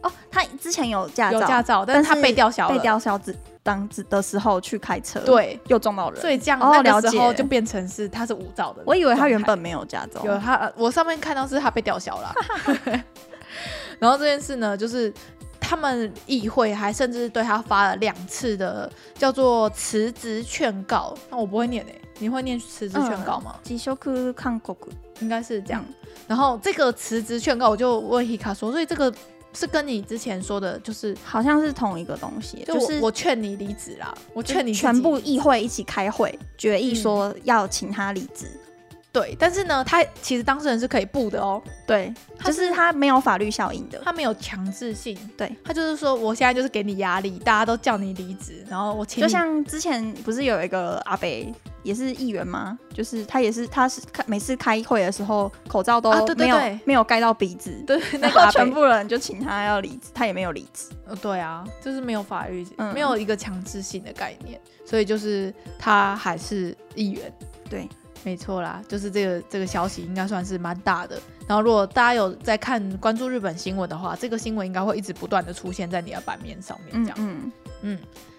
[SPEAKER 2] 哦，他之前有嗯驾照，
[SPEAKER 1] 有驾照，但是他
[SPEAKER 2] 但是
[SPEAKER 1] 被吊销了。
[SPEAKER 2] 被吊销只当只的时候去开车，，
[SPEAKER 1] 对，
[SPEAKER 2] 又撞到人。
[SPEAKER 1] 所以这样、
[SPEAKER 2] 哦
[SPEAKER 1] 那个时候
[SPEAKER 2] 了解
[SPEAKER 1] 就变成是他是无照的状态。
[SPEAKER 2] 我以为他原本没哦有驾照，啊
[SPEAKER 1] 有他，呃我上面看到是他被吊销
[SPEAKER 2] [LAUGHS]
[SPEAKER 1] 了。然后这件事呢，就是他们议会还甚至对他发了两次的叫做辞职劝告。那我不会念诶、欸你会念辞职劝告吗？
[SPEAKER 2] 嗯吉修克抗国国
[SPEAKER 1] 应该是这
[SPEAKER 2] 嗯
[SPEAKER 1] 样。然后这个辞职劝告，我就问 Hika 说，所以这个是跟你之前说的，就是
[SPEAKER 2] 好像是同一个东西，
[SPEAKER 1] 就我、
[SPEAKER 2] 是
[SPEAKER 1] 我劝你离职啦，我劝你自己
[SPEAKER 2] 全部议会一起开会决议说要请他离职。
[SPEAKER 1] 对，但是呢，他其实当事人是可以不的哦，
[SPEAKER 2] 对，
[SPEAKER 1] 他
[SPEAKER 2] 就是是他没有法律效应的。
[SPEAKER 1] 他没有强制性，
[SPEAKER 2] 对
[SPEAKER 1] 他就是说我现在就是给你压力，大家都叫你离职，然后我请你
[SPEAKER 2] 就像之前不是有一个阿北也是议员吗？就是他也是，他是开每次开会的时候口罩都
[SPEAKER 1] 啊对对
[SPEAKER 2] 没有、
[SPEAKER 1] 对
[SPEAKER 2] 没有盖到鼻子，
[SPEAKER 1] 对那
[SPEAKER 2] 然
[SPEAKER 1] 个
[SPEAKER 2] 后
[SPEAKER 1] 阿
[SPEAKER 2] 全
[SPEAKER 1] 全
[SPEAKER 2] 部人就请他要离职，他也没有离职。
[SPEAKER 1] 对啊，就是没有法律，
[SPEAKER 2] 嗯
[SPEAKER 1] 没有一个强制性的概念，所以就是他还是议员，
[SPEAKER 2] 对，
[SPEAKER 1] 没错啦，就是这个这个消息应该算是蛮大的。然后如果大家有在看关注日本新闻的话，这个新闻应该会一直不断的出现在你的版面上面，这
[SPEAKER 2] 嗯
[SPEAKER 1] 样。
[SPEAKER 2] 嗯，
[SPEAKER 1] 嗯，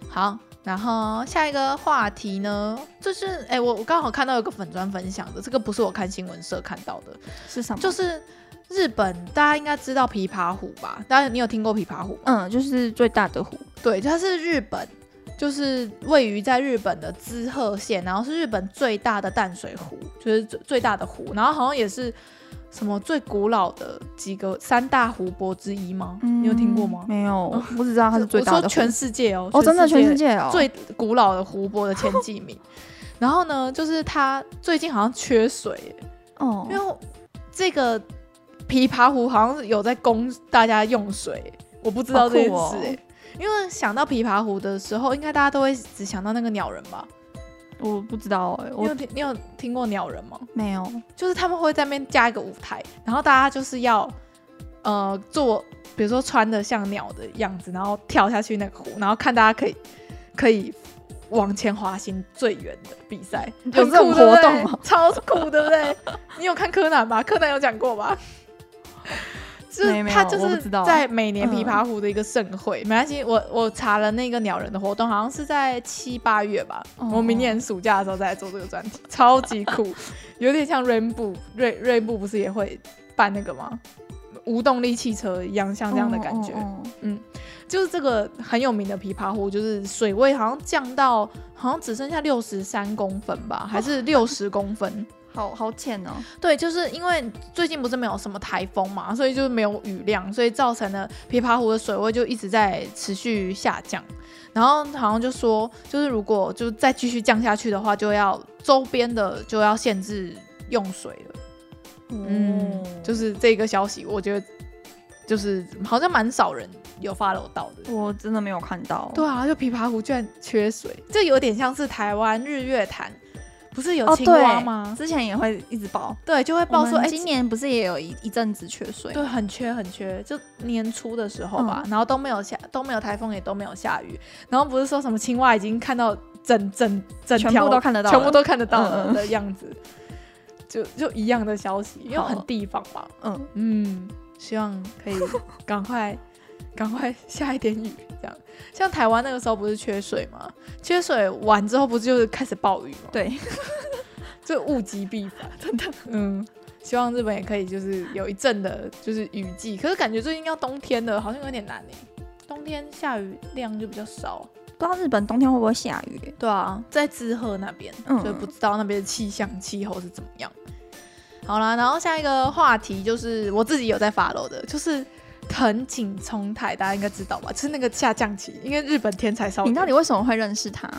[SPEAKER 1] 好，然后下一个话题呢，就是哎、我我刚好看到有个粉砖分享的，这个不是我看新闻社看到的，
[SPEAKER 2] 是什么？
[SPEAKER 1] 就是是日本大家应该知道琵琶湖吧？大家你有听过琵琶湖吗？
[SPEAKER 2] 嗯，就是最大的湖。
[SPEAKER 1] 对，它是日本，就是位于在日本的滋贺县，然后是日本最大的淡水湖，就是最最大的湖，然后好像也是什么最古老的几个三大湖泊之一吗？你有听过吗？
[SPEAKER 2] 嗯没有，我只知道它是最大
[SPEAKER 1] 哦我说
[SPEAKER 2] 的湖。
[SPEAKER 1] 全世界哦，
[SPEAKER 2] 哦，真的全
[SPEAKER 1] 界
[SPEAKER 2] 世界哦，
[SPEAKER 1] 最古老的湖泊的前几
[SPEAKER 2] [LAUGHS]
[SPEAKER 1] 名。然后呢，就是它最近好像缺水耶，
[SPEAKER 2] 哦
[SPEAKER 1] 因为这个琵琶湖好像是有在供大家用水耶，我不知道
[SPEAKER 2] 好
[SPEAKER 1] 这
[SPEAKER 2] 酷
[SPEAKER 1] 件
[SPEAKER 2] 哦
[SPEAKER 1] 事哎。因为想到琵琶湖的时候，应该大家都会只想到那个鸟人吧？
[SPEAKER 2] 我不知道哎、
[SPEAKER 1] 你
[SPEAKER 2] 我
[SPEAKER 1] 有听你有听过鸟人吗？
[SPEAKER 2] 没有。
[SPEAKER 1] 就是他们会在那边加一个舞台，然后大家就是要呃做，比如说穿的像鸟的样子，然后跳下去那个湖，然后看大家可以可以往前滑行最远的比赛，
[SPEAKER 2] 有
[SPEAKER 1] 很
[SPEAKER 2] 这种
[SPEAKER 1] 酷对不
[SPEAKER 2] 活
[SPEAKER 1] 对
[SPEAKER 2] 动吗
[SPEAKER 1] 超酷，对不对？你有看柯南吧？柯南有讲过
[SPEAKER 2] [LAUGHS]
[SPEAKER 1] 吧？就
[SPEAKER 2] 没
[SPEAKER 1] 是
[SPEAKER 2] 没有
[SPEAKER 1] 他就
[SPEAKER 2] 我不
[SPEAKER 1] 是
[SPEAKER 2] 知道
[SPEAKER 1] 在每年琵琶湖的一个盛会，没关系，我我查了那个鸟人的活动，好像是在七八月吧。
[SPEAKER 2] 哦
[SPEAKER 1] 我明年暑假的时候再来做这个专题，超级酷，有点像 Rainbow，瑞瑞布不是也会办那个吗？无动力汽车一样，像这样的感觉，
[SPEAKER 2] 哦哦
[SPEAKER 1] 就是这个很有名的琵琶湖，就是水位好像降到好像只剩下六十三公分吧，还是六十公分。
[SPEAKER 2] 哦好好浅哦，
[SPEAKER 1] 对，就是因为最近不是没有什么台风嘛，所以就是没有雨量，所以造成了琵琶湖的水位就一直在持续下降。然后好像就说，就是如果就再继续降下去的话，就要周边的就要限制用水了。嗯，就是这个消息，我觉得就是好像蛮少人有 follow 到的。
[SPEAKER 2] 我真的没有看到。
[SPEAKER 1] 对啊，就琵琶湖居然缺水，这有点像是台湾日月潭，不是有
[SPEAKER 2] 哦，
[SPEAKER 1] 青蛙
[SPEAKER 2] 对
[SPEAKER 1] 吗？
[SPEAKER 2] 之前也会一直报，
[SPEAKER 1] 对，就会
[SPEAKER 2] 我
[SPEAKER 1] 报
[SPEAKER 2] 们
[SPEAKER 1] 说，哎、
[SPEAKER 2] 今年不是也有一一阵子缺水？
[SPEAKER 1] 对，嗯很缺很缺，就年初的时候吧，然后都没有下，都没有台风，也都没有下雨，然后不是说什么青蛙已经看到整整整
[SPEAKER 2] 全
[SPEAKER 1] 条
[SPEAKER 2] 部都看得到了，
[SPEAKER 1] 全部都看得到
[SPEAKER 2] 嗯
[SPEAKER 1] 了
[SPEAKER 2] 嗯
[SPEAKER 1] 的样子，就就一样的消息，因为很地方吧，
[SPEAKER 2] 嗯，
[SPEAKER 1] 嗯，希望可以赶快 [LAUGHS] 赶快下一点雨，这样。像台湾那个时候不是缺水吗？缺水完之后不是就是开始暴雨吗？
[SPEAKER 2] 对，
[SPEAKER 1] [LAUGHS] 就物极必反，
[SPEAKER 2] 真的。
[SPEAKER 1] 嗯，希望日本也可以就是有一阵的，就是雨季。可是感觉最近要冬天了，好像有点难诶。冬天下雨量就比较少。
[SPEAKER 2] 不知道日本冬天会不会下雨？
[SPEAKER 1] 对啊，在滋贺那边，
[SPEAKER 2] 嗯
[SPEAKER 1] 所以不知道那边的气象气候是怎么样。好啦，然后下一个话题就是我自己有在 follow 的，就是藤井聪太，大家应该知道吧？就是那个下降棋，因为日本天才少女。
[SPEAKER 2] 你到底为什么会认识他？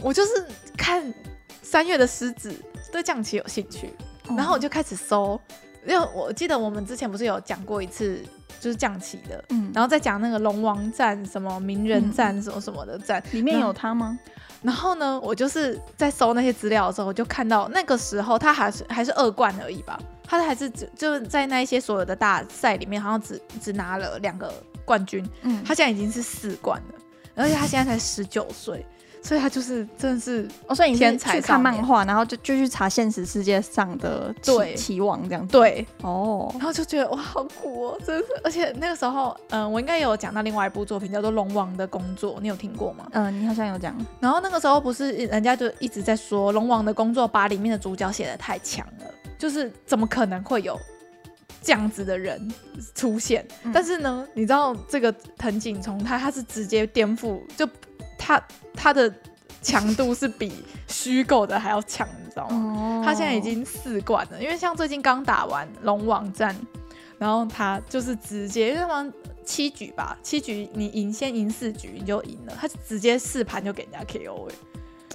[SPEAKER 1] 我就是看三月的狮子对降棋有兴趣，然后我
[SPEAKER 2] 哦
[SPEAKER 1] 就开始搜，因为我记得我们之前不是有讲过一次就是降棋的，
[SPEAKER 2] 嗯，
[SPEAKER 1] 然后再讲那个龙王战、什么鸣人战、什么什么的战。
[SPEAKER 2] 里面有他吗？
[SPEAKER 1] 然后呢，我就是在搜那些资料的时候，我就看到那个时候他还是还是二冠而已吧，他还是只就是在那一些所有的大赛里面，好像只只拿了两个冠军，
[SPEAKER 2] 嗯，
[SPEAKER 1] 他现在已经是四冠了，而且他现在才十九岁，所以他就是真的是
[SPEAKER 2] 哦，所以你是
[SPEAKER 1] 天才
[SPEAKER 2] 去
[SPEAKER 1] 少
[SPEAKER 2] 看
[SPEAKER 1] 年
[SPEAKER 2] 漫画，然后就就去查现实世界上的
[SPEAKER 1] 对
[SPEAKER 2] 棋棋王这样子。
[SPEAKER 1] 对
[SPEAKER 2] 哦，
[SPEAKER 1] 然后就觉得哇，好苦哦，真的是。而且那个时候，嗯、我应该有讲到另外一部作品叫做《龙王的工作》，你有听过吗？
[SPEAKER 2] 嗯，你好像有讲，
[SPEAKER 1] 然后那个时候不是人家就一直在说《龙王的工作》把里面的主角写的太强了，就是怎么可能会有这样子的人出现？
[SPEAKER 2] 嗯
[SPEAKER 1] 但是呢，你知道这个藤井从他他是直接颠覆，就他他的强度是比虚构的还要强，你知道吗？
[SPEAKER 2] 哦
[SPEAKER 1] 他现在已经四冠了，因为像最近刚打完龙网战，然后他就是直接，因为他们七局吧，七局你赢先赢四局你就赢了，他直接四盘就给人家 KO 哎、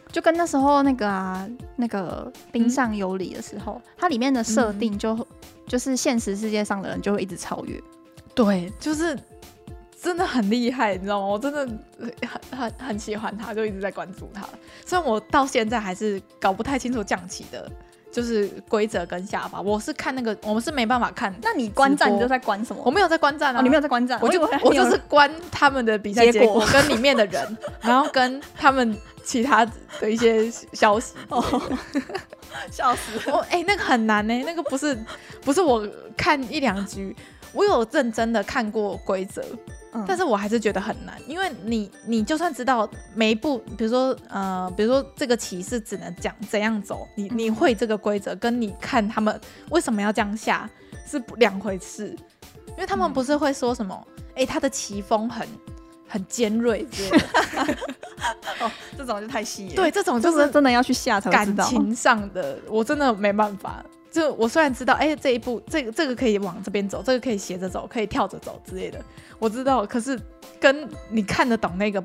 [SPEAKER 2] 就跟那时候那个啊，那个冰上有理的时候，它里面的设定就、就是现实世界上的人就会一直超越。
[SPEAKER 1] 对，就是真的很厉害，你知道吗？我真的呃很很很喜欢他，就一直在关注他。虽然我到现在还是搞不太清楚降棋的，就是规则跟下法，我是看那个我们是没办法看，
[SPEAKER 2] 那你
[SPEAKER 1] 观战你都
[SPEAKER 2] 在观什么
[SPEAKER 1] 我没有在观战啊，
[SPEAKER 2] 哦，你没有在观战，
[SPEAKER 1] 我就
[SPEAKER 2] 以为
[SPEAKER 1] 我就
[SPEAKER 2] 你
[SPEAKER 1] [LAUGHS]
[SPEAKER 2] 有
[SPEAKER 1] 是关他们的比赛结
[SPEAKER 2] 结
[SPEAKER 1] 果跟里面的人，然后跟他们其他的一些消 [LAUGHS] 息。
[SPEAKER 2] 哦， [LAUGHS] 笑死
[SPEAKER 1] 哦，哎、那个很难呢、那个不是不是我看一两局，我有认真的看过规则，
[SPEAKER 2] 嗯
[SPEAKER 1] 但是我还是觉得很难，因为你你就算知道每一步，比如说呃，比如说这个棋是只能讲怎样走，你
[SPEAKER 2] 嗯
[SPEAKER 1] 你会这个规则，跟你看他们为什么要这样下是不两回事，因为他们
[SPEAKER 2] 嗯
[SPEAKER 1] 不是会说什么，哎、他的棋风很很尖锐之类的，
[SPEAKER 2] 这种就太细了。
[SPEAKER 1] 对，，这种就
[SPEAKER 2] 就是
[SPEAKER 1] 是
[SPEAKER 2] 真的要去下才会知
[SPEAKER 1] 感
[SPEAKER 2] 道。
[SPEAKER 1] 情上的，我真的没办法。就我虽然知道，哎、这一步，这个这个可以往这边走，这个可以斜着走，可以跳着走之类的，我知道。可是跟你看得懂那个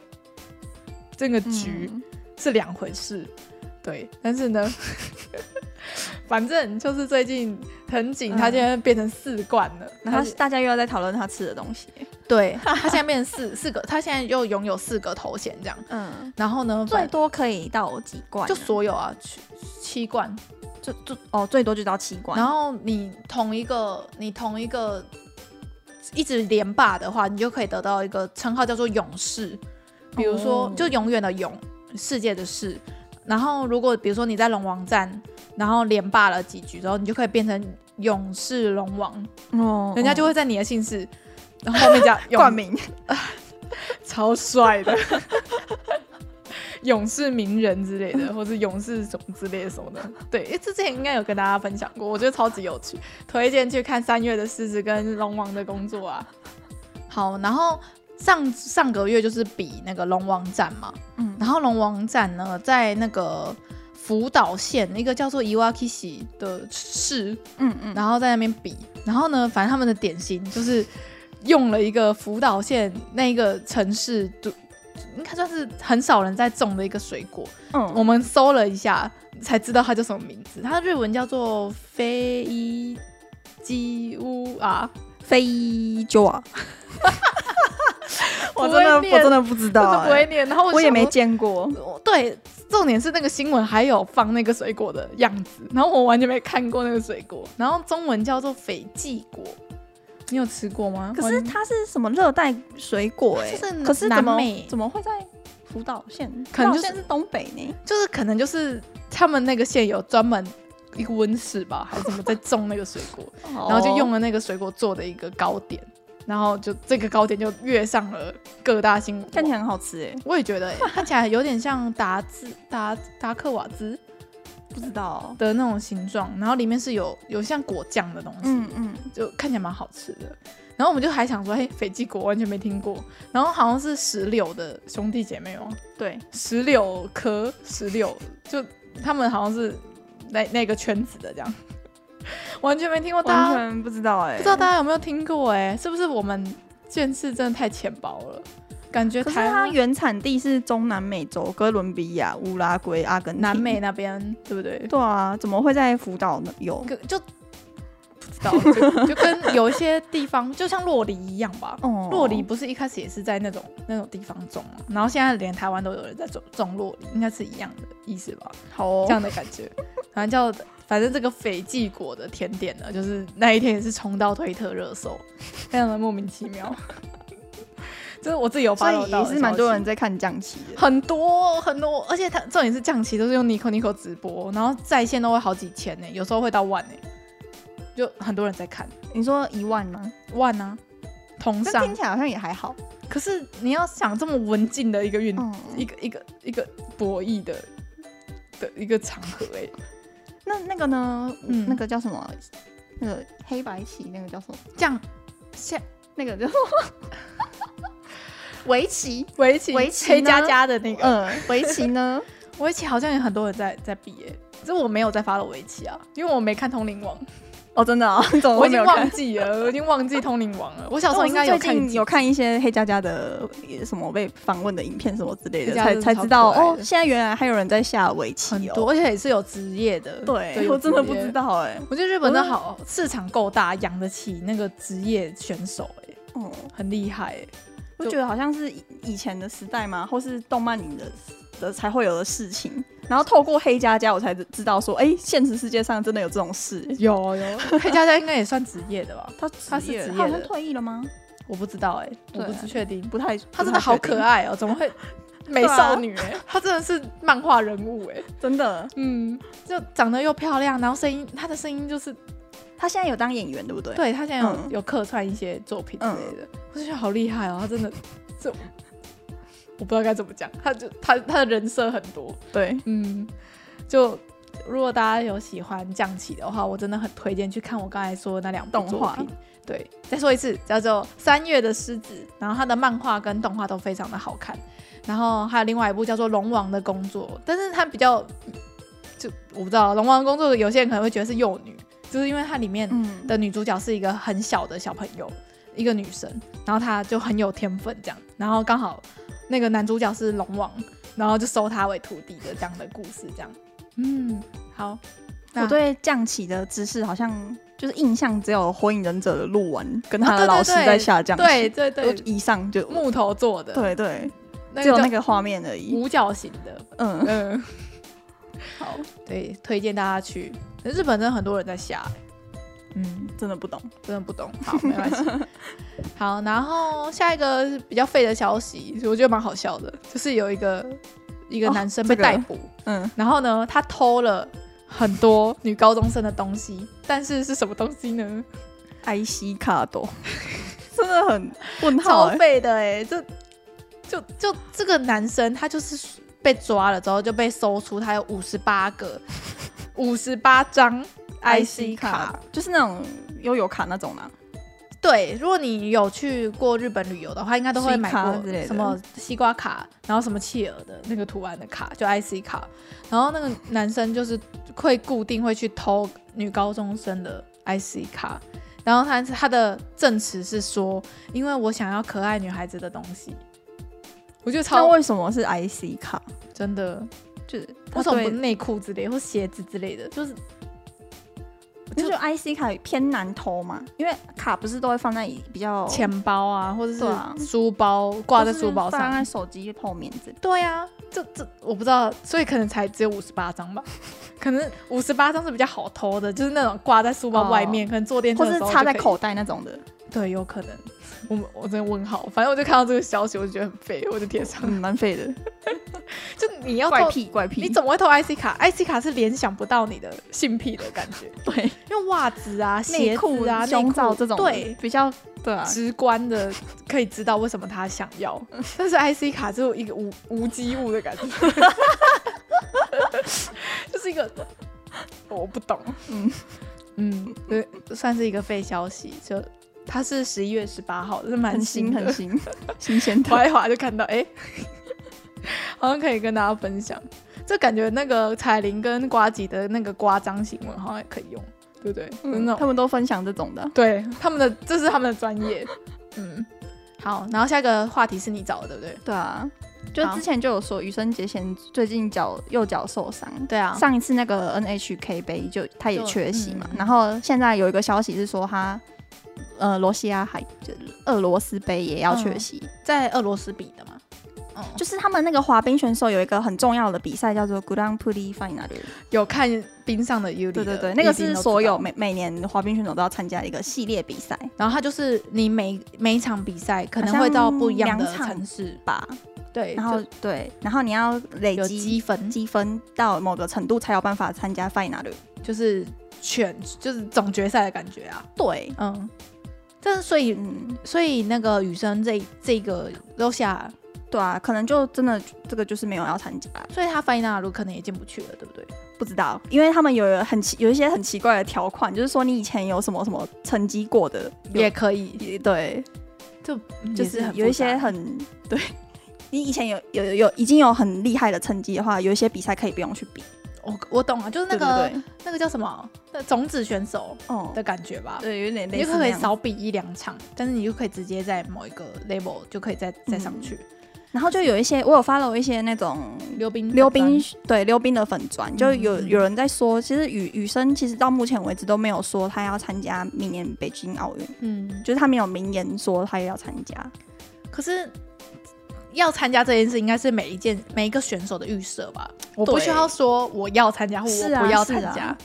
[SPEAKER 1] 这个局
[SPEAKER 2] 嗯
[SPEAKER 1] 是两回事，对。但是 [LAUGHS] 呢，反正就是最近藤井他
[SPEAKER 2] 嗯
[SPEAKER 1] 现在变成四冠了，
[SPEAKER 2] 然后
[SPEAKER 1] 他
[SPEAKER 2] 大家又要在讨论他吃的东西。
[SPEAKER 1] [LAUGHS] 对他现在变成四四个，他现在又拥有四个头衔这样。
[SPEAKER 2] 嗯，
[SPEAKER 1] 然后呢，
[SPEAKER 2] 最
[SPEAKER 1] 反
[SPEAKER 2] 多可以到几罐啊？
[SPEAKER 1] 就所有啊七七冠，
[SPEAKER 2] 就就哦，最多就到七罐。
[SPEAKER 1] 然后你同一个你同一个一直连霸的话，你就可以得到一个称号叫做勇士，比如说、
[SPEAKER 2] 哦
[SPEAKER 1] 就永远的勇，世界的世。然后如果比如说你在龙王战，然后连霸了几局之后，你就可以变成勇士龙王，
[SPEAKER 2] 哦
[SPEAKER 1] 人家就会在你的姓氏。然后后面
[SPEAKER 2] [LAUGHS]
[SPEAKER 1] 加勇
[SPEAKER 2] 冠名，
[SPEAKER 1] [LAUGHS] 超帅的，勇士名人之类的，或是勇士什么之类的什么的。对，诶这之前应该有跟大家分享过，我觉得超级有趣，推荐去看三月的狮子跟龙王的工作啊。好，然后上上个月就是比那个龙王战嘛，
[SPEAKER 2] 嗯，
[SPEAKER 1] 然后龙王站呢，在那个福岛县一个叫做伊瓦基西的市，
[SPEAKER 2] 嗯嗯，
[SPEAKER 1] 然后在那边比，然后呢，反正他们的点心就是用了一个福岛县那一个城市，就应该算是很少人在种的一个水果。
[SPEAKER 2] 嗯
[SPEAKER 1] 我们搜了一下，才知道它叫什么名字，它的日文叫做飞一基乌啊，
[SPEAKER 2] 非洲啊，我
[SPEAKER 1] 不
[SPEAKER 2] 真的
[SPEAKER 1] 会念
[SPEAKER 2] [LAUGHS] 我真的不知
[SPEAKER 1] 我
[SPEAKER 2] 道
[SPEAKER 1] 都不
[SPEAKER 2] 欸、
[SPEAKER 1] 会念，然后我
[SPEAKER 2] 我也
[SPEAKER 1] 想
[SPEAKER 2] 没
[SPEAKER 1] 说
[SPEAKER 2] 见过，
[SPEAKER 1] 我对，重点是那个新闻还有放那个水果的样子，然后我完全没看过那个水果，然后中文叫做斐济果，你有吃过吗？
[SPEAKER 2] 可
[SPEAKER 1] 完
[SPEAKER 2] 是它是什么热带水果哎、
[SPEAKER 1] 这是
[SPEAKER 2] 可是怎
[SPEAKER 1] 南
[SPEAKER 2] 么
[SPEAKER 1] 美
[SPEAKER 2] 怎么会在福岛县？
[SPEAKER 1] 可能
[SPEAKER 2] 福
[SPEAKER 1] 就
[SPEAKER 2] 岛
[SPEAKER 1] 是
[SPEAKER 2] 县是东北呢。
[SPEAKER 1] 就是可能就是他们那个县有专门一个温室吧，还是怎么在种那个水
[SPEAKER 2] [LAUGHS]
[SPEAKER 1] 果，
[SPEAKER 2] 然
[SPEAKER 1] 然后就用
[SPEAKER 2] 了，
[SPEAKER 1] 了那个水果做的一个糕点，然后就这个糕点就跃上了各大新闻
[SPEAKER 2] 看
[SPEAKER 1] 网
[SPEAKER 2] 起。来很好吃哎、
[SPEAKER 1] 我也觉得、欸，看起来有点像达兹达达克瓦兹
[SPEAKER 2] 不知道，
[SPEAKER 1] 的那种形状，然后里面是有有像果酱的东西，
[SPEAKER 2] 嗯嗯，
[SPEAKER 1] 就看起来蛮好吃的。然后我们就还想说，哎，斐济果完全没听过。然后好像是石榴的兄弟姐妹哦，
[SPEAKER 2] 对，
[SPEAKER 1] 石榴科石榴，就他们好像是那那个圈子的这样， [LAUGHS] 完全没听过。大
[SPEAKER 2] 完
[SPEAKER 1] 家
[SPEAKER 2] 全不知道哎、
[SPEAKER 1] 不知道大家有没有听过、哎，是不是我们见识真的太浅薄了？感觉
[SPEAKER 2] 可是
[SPEAKER 1] 台
[SPEAKER 2] 它
[SPEAKER 1] 湾、
[SPEAKER 2] 原产地是中南美洲，哥伦比亚、乌拉圭、阿根廷。
[SPEAKER 1] 南美那边，对不
[SPEAKER 2] [LAUGHS]
[SPEAKER 1] 对？
[SPEAKER 2] 对啊，怎么会在福岛呢？有
[SPEAKER 1] 可就不知道，就就跟有一些地方，就像洛梨一样吧。
[SPEAKER 2] 哦
[SPEAKER 1] 洛梨不是一开始也是在那种那种地方种嘛，然后现在连台湾都有人在种种洛梨，应该是一样的意思吧？
[SPEAKER 2] 好、哦
[SPEAKER 1] 这样的感觉，反正叫反正这个斐济果的甜点呢，就是那一天也是冲到推特热 [LAUGHS] 搜，非常的莫名其妙。 [LAUGHS] 就是我自己有
[SPEAKER 2] 所
[SPEAKER 1] 发
[SPEAKER 2] 以也是蛮多人在看降旗的。
[SPEAKER 1] 很多很多，而且它重点是降旗都是用 Nico Nico 直播，然后在线都会好几千呢、有时候会到万呢、就很多人在看
[SPEAKER 2] 你说一万吗？
[SPEAKER 1] 万啊，同
[SPEAKER 2] 但
[SPEAKER 1] 上
[SPEAKER 2] 听。起来好像也还好。
[SPEAKER 1] 可是你要想这么文静的一个运、
[SPEAKER 2] 嗯，
[SPEAKER 1] 一个一个一个博弈的的一个场合哎、
[SPEAKER 2] 那那个呢？
[SPEAKER 1] 嗯
[SPEAKER 2] 那个叫什么？那个黑白棋，那个叫什么？
[SPEAKER 1] 降下
[SPEAKER 2] 那个叫什么？ [LAUGHS] 围棋。
[SPEAKER 1] 围棋
[SPEAKER 2] 围棋呢
[SPEAKER 1] 黑加加的那个、
[SPEAKER 2] 嗯，围棋呢？
[SPEAKER 1] 围棋好像有很多人在在比哎、这我没有在发了围棋啊，因为我没看通灵王，
[SPEAKER 2] [LAUGHS] 哦，真 [LAUGHS] 的啊，你怎么
[SPEAKER 1] 我
[SPEAKER 2] 会
[SPEAKER 1] 已
[SPEAKER 2] 没
[SPEAKER 1] 经
[SPEAKER 2] 有
[SPEAKER 1] 忘
[SPEAKER 2] 看？
[SPEAKER 1] 记了，我已经忘记通灵王了。我小时候
[SPEAKER 2] [LAUGHS] 我
[SPEAKER 1] 应
[SPEAKER 2] 是
[SPEAKER 1] 该有
[SPEAKER 2] 最
[SPEAKER 1] 看
[SPEAKER 2] 近
[SPEAKER 1] 几
[SPEAKER 2] 有看一哦些黑加加的呃什么被访问的影片什么之类的，
[SPEAKER 1] 黑加
[SPEAKER 2] 才
[SPEAKER 1] 加
[SPEAKER 2] 才
[SPEAKER 1] 真的
[SPEAKER 2] 知
[SPEAKER 1] 超
[SPEAKER 2] 道
[SPEAKER 1] 可爱的
[SPEAKER 2] 哦，现在原来还有人在下围棋
[SPEAKER 1] 很
[SPEAKER 2] 哦。
[SPEAKER 1] 多，而且也是有职业的。
[SPEAKER 2] 对，
[SPEAKER 1] 有
[SPEAKER 2] 我真的
[SPEAKER 1] 职
[SPEAKER 2] 不
[SPEAKER 1] 业
[SPEAKER 2] 知。道哎。
[SPEAKER 1] 我觉得日本的好市场够大，养得起那个职业选手、欸，
[SPEAKER 2] 哦，
[SPEAKER 1] 很厉害、欸。
[SPEAKER 2] 我
[SPEAKER 1] 就
[SPEAKER 2] 觉得好像是以以前的时代嘛，或是动漫里的的才会有的事情。然后透过黑加加，我才知道说，哎，现实世界上真的有这种事。
[SPEAKER 1] 有有，黑加加应该也算职业的吧？
[SPEAKER 2] 他
[SPEAKER 1] 他是职业
[SPEAKER 2] 他好像
[SPEAKER 1] 的
[SPEAKER 2] 退役了吗？
[SPEAKER 1] 我不知道哎、我
[SPEAKER 2] 对
[SPEAKER 1] 不是确定。
[SPEAKER 2] 不太，
[SPEAKER 1] 她
[SPEAKER 2] 不
[SPEAKER 1] 真
[SPEAKER 2] 太
[SPEAKER 1] 的好
[SPEAKER 2] 确定啊
[SPEAKER 1] 可，爱哦、怎么
[SPEAKER 2] [LAUGHS]
[SPEAKER 1] 会美少女、欸？她真的是漫画人物哎、
[SPEAKER 2] 真的。
[SPEAKER 1] 嗯，就长得又漂亮，然后声音，她的声音就是，
[SPEAKER 2] 他现在有当演员，对不对？
[SPEAKER 1] 对她现在有、
[SPEAKER 2] 嗯
[SPEAKER 1] 有客串一些作品之类的，我就觉得好厉害哦、她真的，这我不知道该怎么讲，她就她她的人设很多，
[SPEAKER 2] 对，
[SPEAKER 1] 嗯，就如果大家有喜欢降旗的话，我真的很推荐去看我刚才说的那两部
[SPEAKER 2] 动
[SPEAKER 1] 作
[SPEAKER 2] 画
[SPEAKER 1] 品。对，再说一次，叫做《三月的狮子》，然后它的漫画跟动画都非常的好看。然后还有另外一部叫做《龙王的工作》，但是它比较，嗯就我不知道《龙王的工作》，有些人可能会觉得是幼女，就是因为它里面
[SPEAKER 2] 嗯，
[SPEAKER 1] 的女主角是一个很小的小朋友，一个女生，然后她就很有天分这样，然后刚好那个男主角是龙王，然后就收她为徒弟的这样的故事，这样，嗯，好，那
[SPEAKER 2] 我对降旗的知识好像就是印象只有《火影忍者》的鹿丸跟他
[SPEAKER 1] 啊
[SPEAKER 2] 的
[SPEAKER 1] 对对
[SPEAKER 2] 老师
[SPEAKER 1] 对
[SPEAKER 2] 在下降旗，
[SPEAKER 1] 对对
[SPEAKER 2] 我
[SPEAKER 1] 对，
[SPEAKER 2] 以上就
[SPEAKER 1] 木头做的，，
[SPEAKER 2] 对对，
[SPEAKER 1] 那
[SPEAKER 2] 只有
[SPEAKER 1] 个
[SPEAKER 2] 那
[SPEAKER 1] 叫
[SPEAKER 2] 个画面而已。
[SPEAKER 1] 五角形
[SPEAKER 2] [LAUGHS]
[SPEAKER 1] 的，
[SPEAKER 2] 嗯，
[SPEAKER 1] 嗯，
[SPEAKER 2] 好，
[SPEAKER 1] 对，推荐大家去，日本真的很多人在下、欸嗯，
[SPEAKER 2] 真的不懂。 [LAUGHS]
[SPEAKER 1] 真的不懂，好，没关系。好，然后下一个是比较废的消息，我觉得蛮好笑的，就是有一个一个
[SPEAKER 2] 哦
[SPEAKER 1] 男生
[SPEAKER 2] 这
[SPEAKER 1] 被
[SPEAKER 2] 个
[SPEAKER 1] 逮捕，
[SPEAKER 2] 嗯，
[SPEAKER 1] 然后呢，他偷了很多女高中生的东西，但是是什么东西呢？
[SPEAKER 2] 埃西卡多， [LAUGHS] 真的很问号
[SPEAKER 1] 超
[SPEAKER 2] 欸、
[SPEAKER 1] 废的哎、这就就这个男生他就是被抓了之后就被搜出他有五十八个五十八张 IC 卡。
[SPEAKER 2] 就是那种悠游卡那种啊嘛，
[SPEAKER 1] 对，如果你有去过日本旅游的话，应该都会买
[SPEAKER 2] 西
[SPEAKER 1] 过
[SPEAKER 2] 卡之类的
[SPEAKER 1] 什么西瓜卡，然后什么企鹅的那个图案的卡，就 IC 卡。然后那个男生就是会固定会去偷女高中生的 IC 卡，然后他他的证词是说，因为我想要可爱女孩子的东西。我觉得
[SPEAKER 2] 那
[SPEAKER 1] 超
[SPEAKER 2] 为什么是 IC 卡？
[SPEAKER 1] 真的，
[SPEAKER 2] 就是
[SPEAKER 1] 为
[SPEAKER 2] 他
[SPEAKER 1] 什么不
[SPEAKER 2] 对
[SPEAKER 1] 是，内裤之类或鞋子之类的？就是
[SPEAKER 2] 就是啊 IC 卡偏难偷嘛，因为卡不是都会放在比较
[SPEAKER 1] 钱包啊，或者
[SPEAKER 2] 对啊
[SPEAKER 1] 是书包挂在书包
[SPEAKER 2] 放
[SPEAKER 1] 上
[SPEAKER 2] 在，手机后面这里。
[SPEAKER 1] 对啊，这这我不知道，所以可能才只有五十八张吧， [LAUGHS] 可能五十八张是比较好偷的，就是那种挂在书包外面，可能坐电车
[SPEAKER 2] 哦或
[SPEAKER 1] 的
[SPEAKER 2] 是
[SPEAKER 1] 时候
[SPEAKER 2] 插
[SPEAKER 1] 就
[SPEAKER 2] 在
[SPEAKER 1] 可以，
[SPEAKER 2] 口袋那种的，
[SPEAKER 1] 对，有可能。我我真的问号，反正我就看到这个消息，我就觉得很废，我就贴上。
[SPEAKER 2] [LAUGHS] 嗯，蛮废的，
[SPEAKER 1] 就你要
[SPEAKER 2] 怪
[SPEAKER 1] 偷，
[SPEAKER 2] 癖怪癖。
[SPEAKER 1] 你怎么会偷 IC 卡？IC 卡是联想不到你的性癖的感觉，
[SPEAKER 2] [LAUGHS] 对
[SPEAKER 1] 因为袜子啊、
[SPEAKER 2] 内
[SPEAKER 1] 鞋
[SPEAKER 2] 裤
[SPEAKER 1] 子啊、
[SPEAKER 2] 胸
[SPEAKER 1] 内
[SPEAKER 2] 罩
[SPEAKER 1] 裤
[SPEAKER 2] 这种的
[SPEAKER 1] 对，
[SPEAKER 2] 比较对啊，
[SPEAKER 1] 直观的可以知道为什么他想要，
[SPEAKER 2] 嗯
[SPEAKER 1] 但是 IC 卡只有一个无无机物的
[SPEAKER 2] [LAUGHS]
[SPEAKER 1] 感觉，就是一个我不懂，
[SPEAKER 2] 嗯
[SPEAKER 1] 嗯，对，算是一个废消息，就它是十一月十八号的，是蛮
[SPEAKER 2] 很
[SPEAKER 1] 新
[SPEAKER 2] 新
[SPEAKER 1] 的
[SPEAKER 2] 很，新，新鲜 [LAUGHS] 的。
[SPEAKER 1] 滑一滑就看到，哎、 [LAUGHS] 好像可以跟大家分享，这感觉那个彩铃跟瓜吉的那个瓜张新闻好像也可以用，对不对？就是那种
[SPEAKER 2] 嗯，他们都分享这种的，
[SPEAKER 1] 对，他们的这是他们的专 [LAUGHS] 业。嗯，好，然后下一个话题是你找的，对不对？
[SPEAKER 2] 对啊，就
[SPEAKER 1] 好
[SPEAKER 2] 之前就有说羽生结弦最近脚右脚受伤，
[SPEAKER 1] 对啊
[SPEAKER 2] 上一次那个 NHK 杯就他也
[SPEAKER 1] 就
[SPEAKER 2] 缺席嘛，
[SPEAKER 1] 嗯
[SPEAKER 2] 然后现在有一个消息是说他呃罗西亚还就是俄罗斯杯也要缺席，
[SPEAKER 1] 在俄罗斯比的嘛。嗯，就
[SPEAKER 2] 就是他们那个滑冰选手有一个很重要的比赛叫做 Grand Prix Final，
[SPEAKER 1] 有看冰上的 U 里，
[SPEAKER 2] 对对对，那个
[SPEAKER 1] 一定
[SPEAKER 2] 是
[SPEAKER 1] 都知道
[SPEAKER 2] 所有。每每年滑冰选手都要参加一个系列比赛
[SPEAKER 1] 然后它就是你每每一场比赛可能
[SPEAKER 2] 好像
[SPEAKER 1] 会到不一样的
[SPEAKER 2] 两场
[SPEAKER 1] 城市，
[SPEAKER 2] 吧，
[SPEAKER 1] 对，
[SPEAKER 2] 然后
[SPEAKER 1] 就
[SPEAKER 2] 对，然后你要累
[SPEAKER 1] 有
[SPEAKER 2] 积
[SPEAKER 1] 积分，
[SPEAKER 2] 积分到某个程度才有办法参加 Final，
[SPEAKER 1] 就是全就是总决赛的感觉啊。
[SPEAKER 2] 对，
[SPEAKER 1] 嗯，但是所以
[SPEAKER 2] 嗯。
[SPEAKER 1] 所以那个雨生这这个楼下，
[SPEAKER 2] 对啊，可能就真的这个就是没有要参加，
[SPEAKER 1] 所以他翻译那路可能也进不去了，对不对？
[SPEAKER 2] 不知道，因为他们有很奇有一些很奇怪的条款，就是说你以前有什么什么成绩过的，有
[SPEAKER 1] 也可以，
[SPEAKER 2] 也对，
[SPEAKER 1] 就也
[SPEAKER 2] 就是
[SPEAKER 1] 很
[SPEAKER 2] 有一
[SPEAKER 1] 复杂
[SPEAKER 2] 些很对，你以前有有有有已经有很厉害的成绩的话，有一些比赛可以不用去比，
[SPEAKER 1] 我我懂啊，就是那
[SPEAKER 2] 对
[SPEAKER 1] 个
[SPEAKER 2] 对对，
[SPEAKER 1] 那个叫什么，那种子选手
[SPEAKER 2] 哦，
[SPEAKER 1] 的感觉吧。
[SPEAKER 2] 对，有点
[SPEAKER 1] 你
[SPEAKER 2] 类
[SPEAKER 1] 就
[SPEAKER 2] 似
[SPEAKER 1] 可
[SPEAKER 2] 那
[SPEAKER 1] 以
[SPEAKER 2] 样。
[SPEAKER 1] 少比一两场，但是你就可以直接在某一个 level 就可以再再上去。
[SPEAKER 2] 然后就有一些我有 follow 一些那种
[SPEAKER 1] 嗯溜冰
[SPEAKER 2] 溜冰对溜冰的粉砖，就有
[SPEAKER 1] 嗯
[SPEAKER 2] 有人在说，其实羽羽生其实到目前为止都没有说他要参加明年北京奥运。
[SPEAKER 1] 嗯，
[SPEAKER 2] 就是他没有明言说他也要参加，
[SPEAKER 1] 可是要参加这件事，应该是每一件每一个选手的预设吧。我不
[SPEAKER 2] 对
[SPEAKER 1] 需要说我要参加或我
[SPEAKER 2] 是啊
[SPEAKER 1] 不要参
[SPEAKER 2] 是
[SPEAKER 1] 加。
[SPEAKER 2] 啊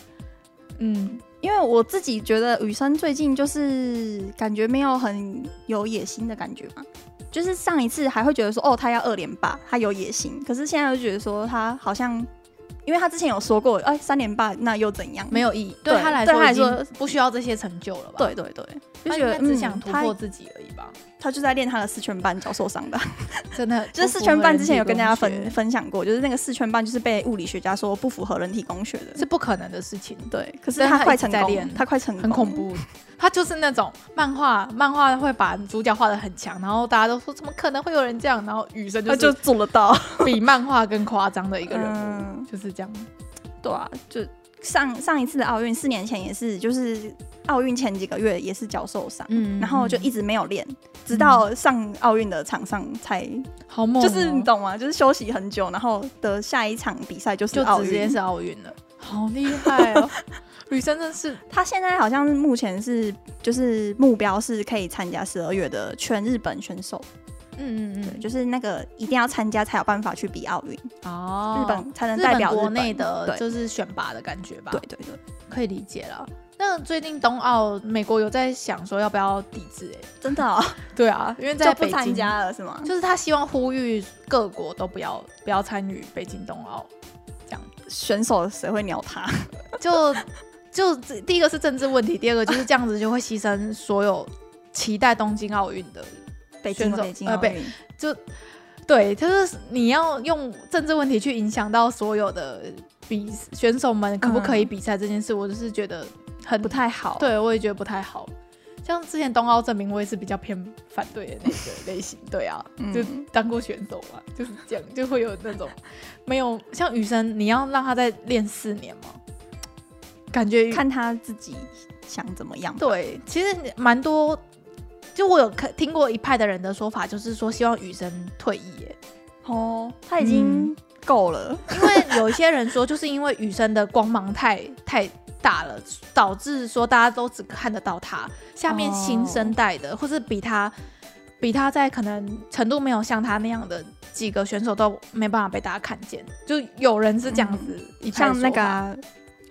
[SPEAKER 1] 嗯，
[SPEAKER 2] 因为我自己觉得雨生最近就是感觉没有很有野心的感觉嘛，就是上一次还会觉得说哦他要二连霸，他有野心，可是现在就觉得说他好像，因为他之前有说过哎三连霸那又怎样？
[SPEAKER 1] 没
[SPEAKER 2] 有，
[SPEAKER 1] 有意义，对
[SPEAKER 2] 对
[SPEAKER 1] 他来
[SPEAKER 2] 对他来
[SPEAKER 1] 说已
[SPEAKER 2] 说
[SPEAKER 1] 经不需要这些成就了吧？，
[SPEAKER 2] 对对对，就
[SPEAKER 1] 他
[SPEAKER 2] 觉
[SPEAKER 1] 应该
[SPEAKER 2] 得
[SPEAKER 1] 只想突破
[SPEAKER 2] 嗯、
[SPEAKER 1] 自己而已吧。
[SPEAKER 2] 他他就在练他的四圈半脚受伤的，
[SPEAKER 1] [LAUGHS] 真的，
[SPEAKER 2] 就是
[SPEAKER 1] 不
[SPEAKER 2] 四
[SPEAKER 1] 符
[SPEAKER 2] 圈
[SPEAKER 1] 合
[SPEAKER 2] 半
[SPEAKER 1] 人
[SPEAKER 2] 之前
[SPEAKER 1] 体
[SPEAKER 2] 有跟大家
[SPEAKER 1] 工学
[SPEAKER 2] 分分享过，就是那个四圈半就是被物理学家说不符合人体工学的，
[SPEAKER 1] 是不可能的事情。
[SPEAKER 2] 对，可是
[SPEAKER 1] 嗯但
[SPEAKER 2] 他
[SPEAKER 1] 他一
[SPEAKER 2] 快
[SPEAKER 1] 直
[SPEAKER 2] 成
[SPEAKER 1] 在
[SPEAKER 2] 功
[SPEAKER 1] 练，
[SPEAKER 2] 他快成功，
[SPEAKER 1] 很恐怖。他就是那种漫画，漫画会把主角画的很强，然后大家都说怎么可能会有人这样，然后雨生
[SPEAKER 2] 他
[SPEAKER 1] 就
[SPEAKER 2] 就是做得到。
[SPEAKER 1] 比漫画更夸张的一个人物，
[SPEAKER 2] 嗯
[SPEAKER 1] 就是这样。
[SPEAKER 2] 对啊，就上上一次的奥运，四年前也是，就是奥运前几个月也是脚受伤，
[SPEAKER 1] 嗯
[SPEAKER 2] 然后就一直没有练，直到上奥运的场上才，
[SPEAKER 1] 好猛哦、
[SPEAKER 2] 就是你懂吗？就是休息很久，然后的下一场比赛就是
[SPEAKER 1] 就
[SPEAKER 2] 奥
[SPEAKER 1] 直接
[SPEAKER 2] 运
[SPEAKER 1] 是。奥运了，好厉害哦！ [LAUGHS] 雨生真是
[SPEAKER 2] 他现在好像目前是就是目标是可以参加十二月的全日本选手，
[SPEAKER 1] 嗯嗯
[SPEAKER 2] 对，
[SPEAKER 1] 嗯，
[SPEAKER 2] 就是那个一定要参加才有办法去比奥运，
[SPEAKER 1] 哦，
[SPEAKER 2] 日本才能
[SPEAKER 1] 日
[SPEAKER 2] 代
[SPEAKER 1] 本
[SPEAKER 2] 表日
[SPEAKER 1] 国
[SPEAKER 2] 本
[SPEAKER 1] 内的
[SPEAKER 2] 对
[SPEAKER 1] 就是选拔的感觉吧，
[SPEAKER 2] 对，对对，
[SPEAKER 1] 可以理解了。那最近冬奥，美国有在想说要不要抵制、欸？
[SPEAKER 2] 真的、哦、
[SPEAKER 1] 对啊，因为在
[SPEAKER 2] 就不
[SPEAKER 1] 北
[SPEAKER 2] 参
[SPEAKER 1] 京，
[SPEAKER 2] 加了是吗？
[SPEAKER 1] 就是他希望呼吁各国都不要不要参与北京冬奥，这样
[SPEAKER 2] 选手呃谁会鸟他？
[SPEAKER 1] 就就第一个是政治问题，第二个就是这样子就会牺牲所有期待东京奥运的
[SPEAKER 2] 北京
[SPEAKER 1] 选手
[SPEAKER 2] 北京
[SPEAKER 1] 呃
[SPEAKER 2] 奥
[SPEAKER 1] 北
[SPEAKER 2] 运
[SPEAKER 1] 对，就是你要用政治问题去影响到所有的比选手们可不可以比赛这件事，我就是觉得很
[SPEAKER 2] 嗯不，太好。
[SPEAKER 1] 对我也觉得不太好。像之前冬奥证明，我也是比较偏反对的那个类型，对啊，
[SPEAKER 2] 嗯
[SPEAKER 1] 就当过选手嘛，就是这样，就会有那种 [LAUGHS] 没有像雨生，你要让他再练四年吗？感觉
[SPEAKER 2] 看他自己想怎么样。
[SPEAKER 1] 对，其实蛮多，就我有看听过一派的人的说法，就是说希望雨生退役耶，
[SPEAKER 2] 哦，他已经够了。
[SPEAKER 1] 因为有一些人说，就是因为雨生的光芒太太大了，导致说大家都只看得到他。下面
[SPEAKER 2] 哦
[SPEAKER 1] 新生代的，或是比他比他在可能程度没有像他那样的几个选手都没办法被大家看见。就有人是这样子，一派
[SPEAKER 2] 嗯像那
[SPEAKER 1] 说法
[SPEAKER 2] 个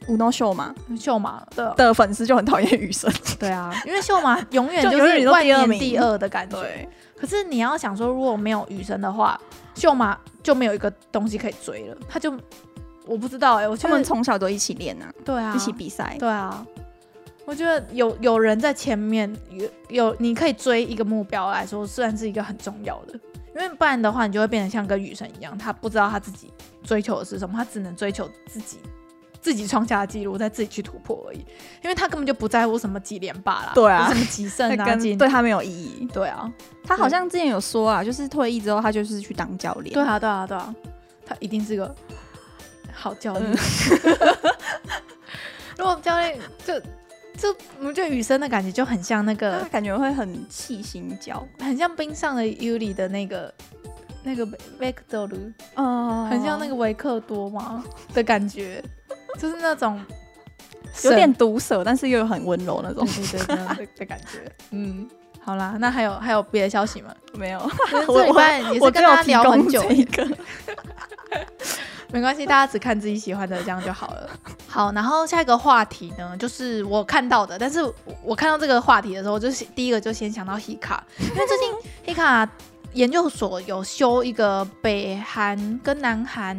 [SPEAKER 2] 吴诺秀嘛
[SPEAKER 1] 秀马的，
[SPEAKER 2] 的粉丝就很讨厌雨神，
[SPEAKER 1] 对啊，因为秀马永
[SPEAKER 2] [LAUGHS]
[SPEAKER 1] 远
[SPEAKER 2] 就
[SPEAKER 1] 就
[SPEAKER 2] 永远
[SPEAKER 1] 是
[SPEAKER 2] 都
[SPEAKER 1] 万
[SPEAKER 2] 第二
[SPEAKER 1] 年
[SPEAKER 2] 名
[SPEAKER 1] 第二的感觉。
[SPEAKER 2] 对，
[SPEAKER 1] 可是你要想说，如果没有雨神的话，秀马就没有一个东西可以追了，他就。我不知道哎、我觉
[SPEAKER 2] 他
[SPEAKER 1] 得
[SPEAKER 2] 们从小都一起练啊，
[SPEAKER 1] 对啊，
[SPEAKER 2] 一起比赛。
[SPEAKER 1] 对啊，我觉得有有人在前面，有有你可以追一个目标来说，虽然是一个很重要的，因为不然的话，你就会变得像跟雨神一样，他不知道他自己追求的是什么，他只能追求自己自己创下的记录，再自己去突破而已， [LAUGHS] 因为他根本就不在乎什么几连霸啦，
[SPEAKER 2] 对啊
[SPEAKER 1] 什么几胜
[SPEAKER 2] 那
[SPEAKER 1] [LAUGHS] 啊，
[SPEAKER 2] 跟
[SPEAKER 1] 几
[SPEAKER 2] 对他没有意义。
[SPEAKER 1] 对啊，
[SPEAKER 2] 他好像之前有说啊，就是退役之后，他就是去当教练。
[SPEAKER 1] 对啊，对啊，对啊，他一定是个好教练。嗯 [LAUGHS] 如果教练就就我觉得雨生的感觉就很像那个
[SPEAKER 2] 他感觉会很气心教，
[SPEAKER 1] 很像冰上的 Yuri 的那个那个 Vector，
[SPEAKER 2] 嗯，
[SPEAKER 1] 很像那个维克多嘛 [LAUGHS] 的感觉，就是那种
[SPEAKER 2] 有点毒舌，但是又很温柔那种。
[SPEAKER 1] 对对对那样 [LAUGHS] 的的感觉。嗯，好啦，那还有还有别的消息吗？
[SPEAKER 2] [LAUGHS] 没有，
[SPEAKER 1] 这礼拜也是
[SPEAKER 2] [LAUGHS] 我
[SPEAKER 1] 跟
[SPEAKER 2] 只
[SPEAKER 1] 大
[SPEAKER 2] 有
[SPEAKER 1] 家
[SPEAKER 2] 提
[SPEAKER 1] 聊很
[SPEAKER 2] 供
[SPEAKER 1] 久，
[SPEAKER 2] 这一个。
[SPEAKER 1] 没关系，大家只看自己喜欢的，这样就好了。
[SPEAKER 2] [LAUGHS]
[SPEAKER 1] 好，然后下一个话题呢，就是我看到的，但是我我看到这个话题的时候，我就是第一个就先想到
[SPEAKER 2] [LAUGHS]
[SPEAKER 1] Hika，因为最近 Hika 研究所有修一个北韩跟南韩，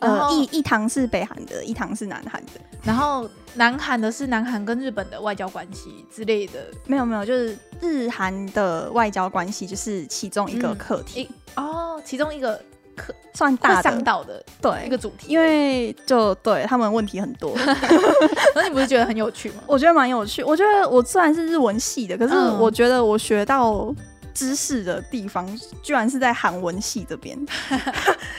[SPEAKER 1] 然
[SPEAKER 2] 呃，
[SPEAKER 1] 后
[SPEAKER 2] 一一堂是北韩的，一堂是南韩的。
[SPEAKER 1] 然后南韩的是南韩跟日本的外交关系之类的
[SPEAKER 2] 没有没有，就是日韩的外交关系就是其中一个
[SPEAKER 1] 嗯
[SPEAKER 2] 课题，
[SPEAKER 1] 一哦，其中一个
[SPEAKER 2] 算
[SPEAKER 1] 会
[SPEAKER 2] 大
[SPEAKER 1] 上
[SPEAKER 2] 的
[SPEAKER 1] 到的一
[SPEAKER 2] 对
[SPEAKER 1] 个，主题， [LAUGHS]
[SPEAKER 2] 因为就对他们问题很多，
[SPEAKER 1] 可是你不是觉得很有趣吗？
[SPEAKER 2] [LAUGHS] 我觉得蛮有趣。我觉得我虽然是日文系的，可是
[SPEAKER 1] 嗯
[SPEAKER 2] 我觉得我学到知识的地方，居然是在韩文系这边， [LAUGHS]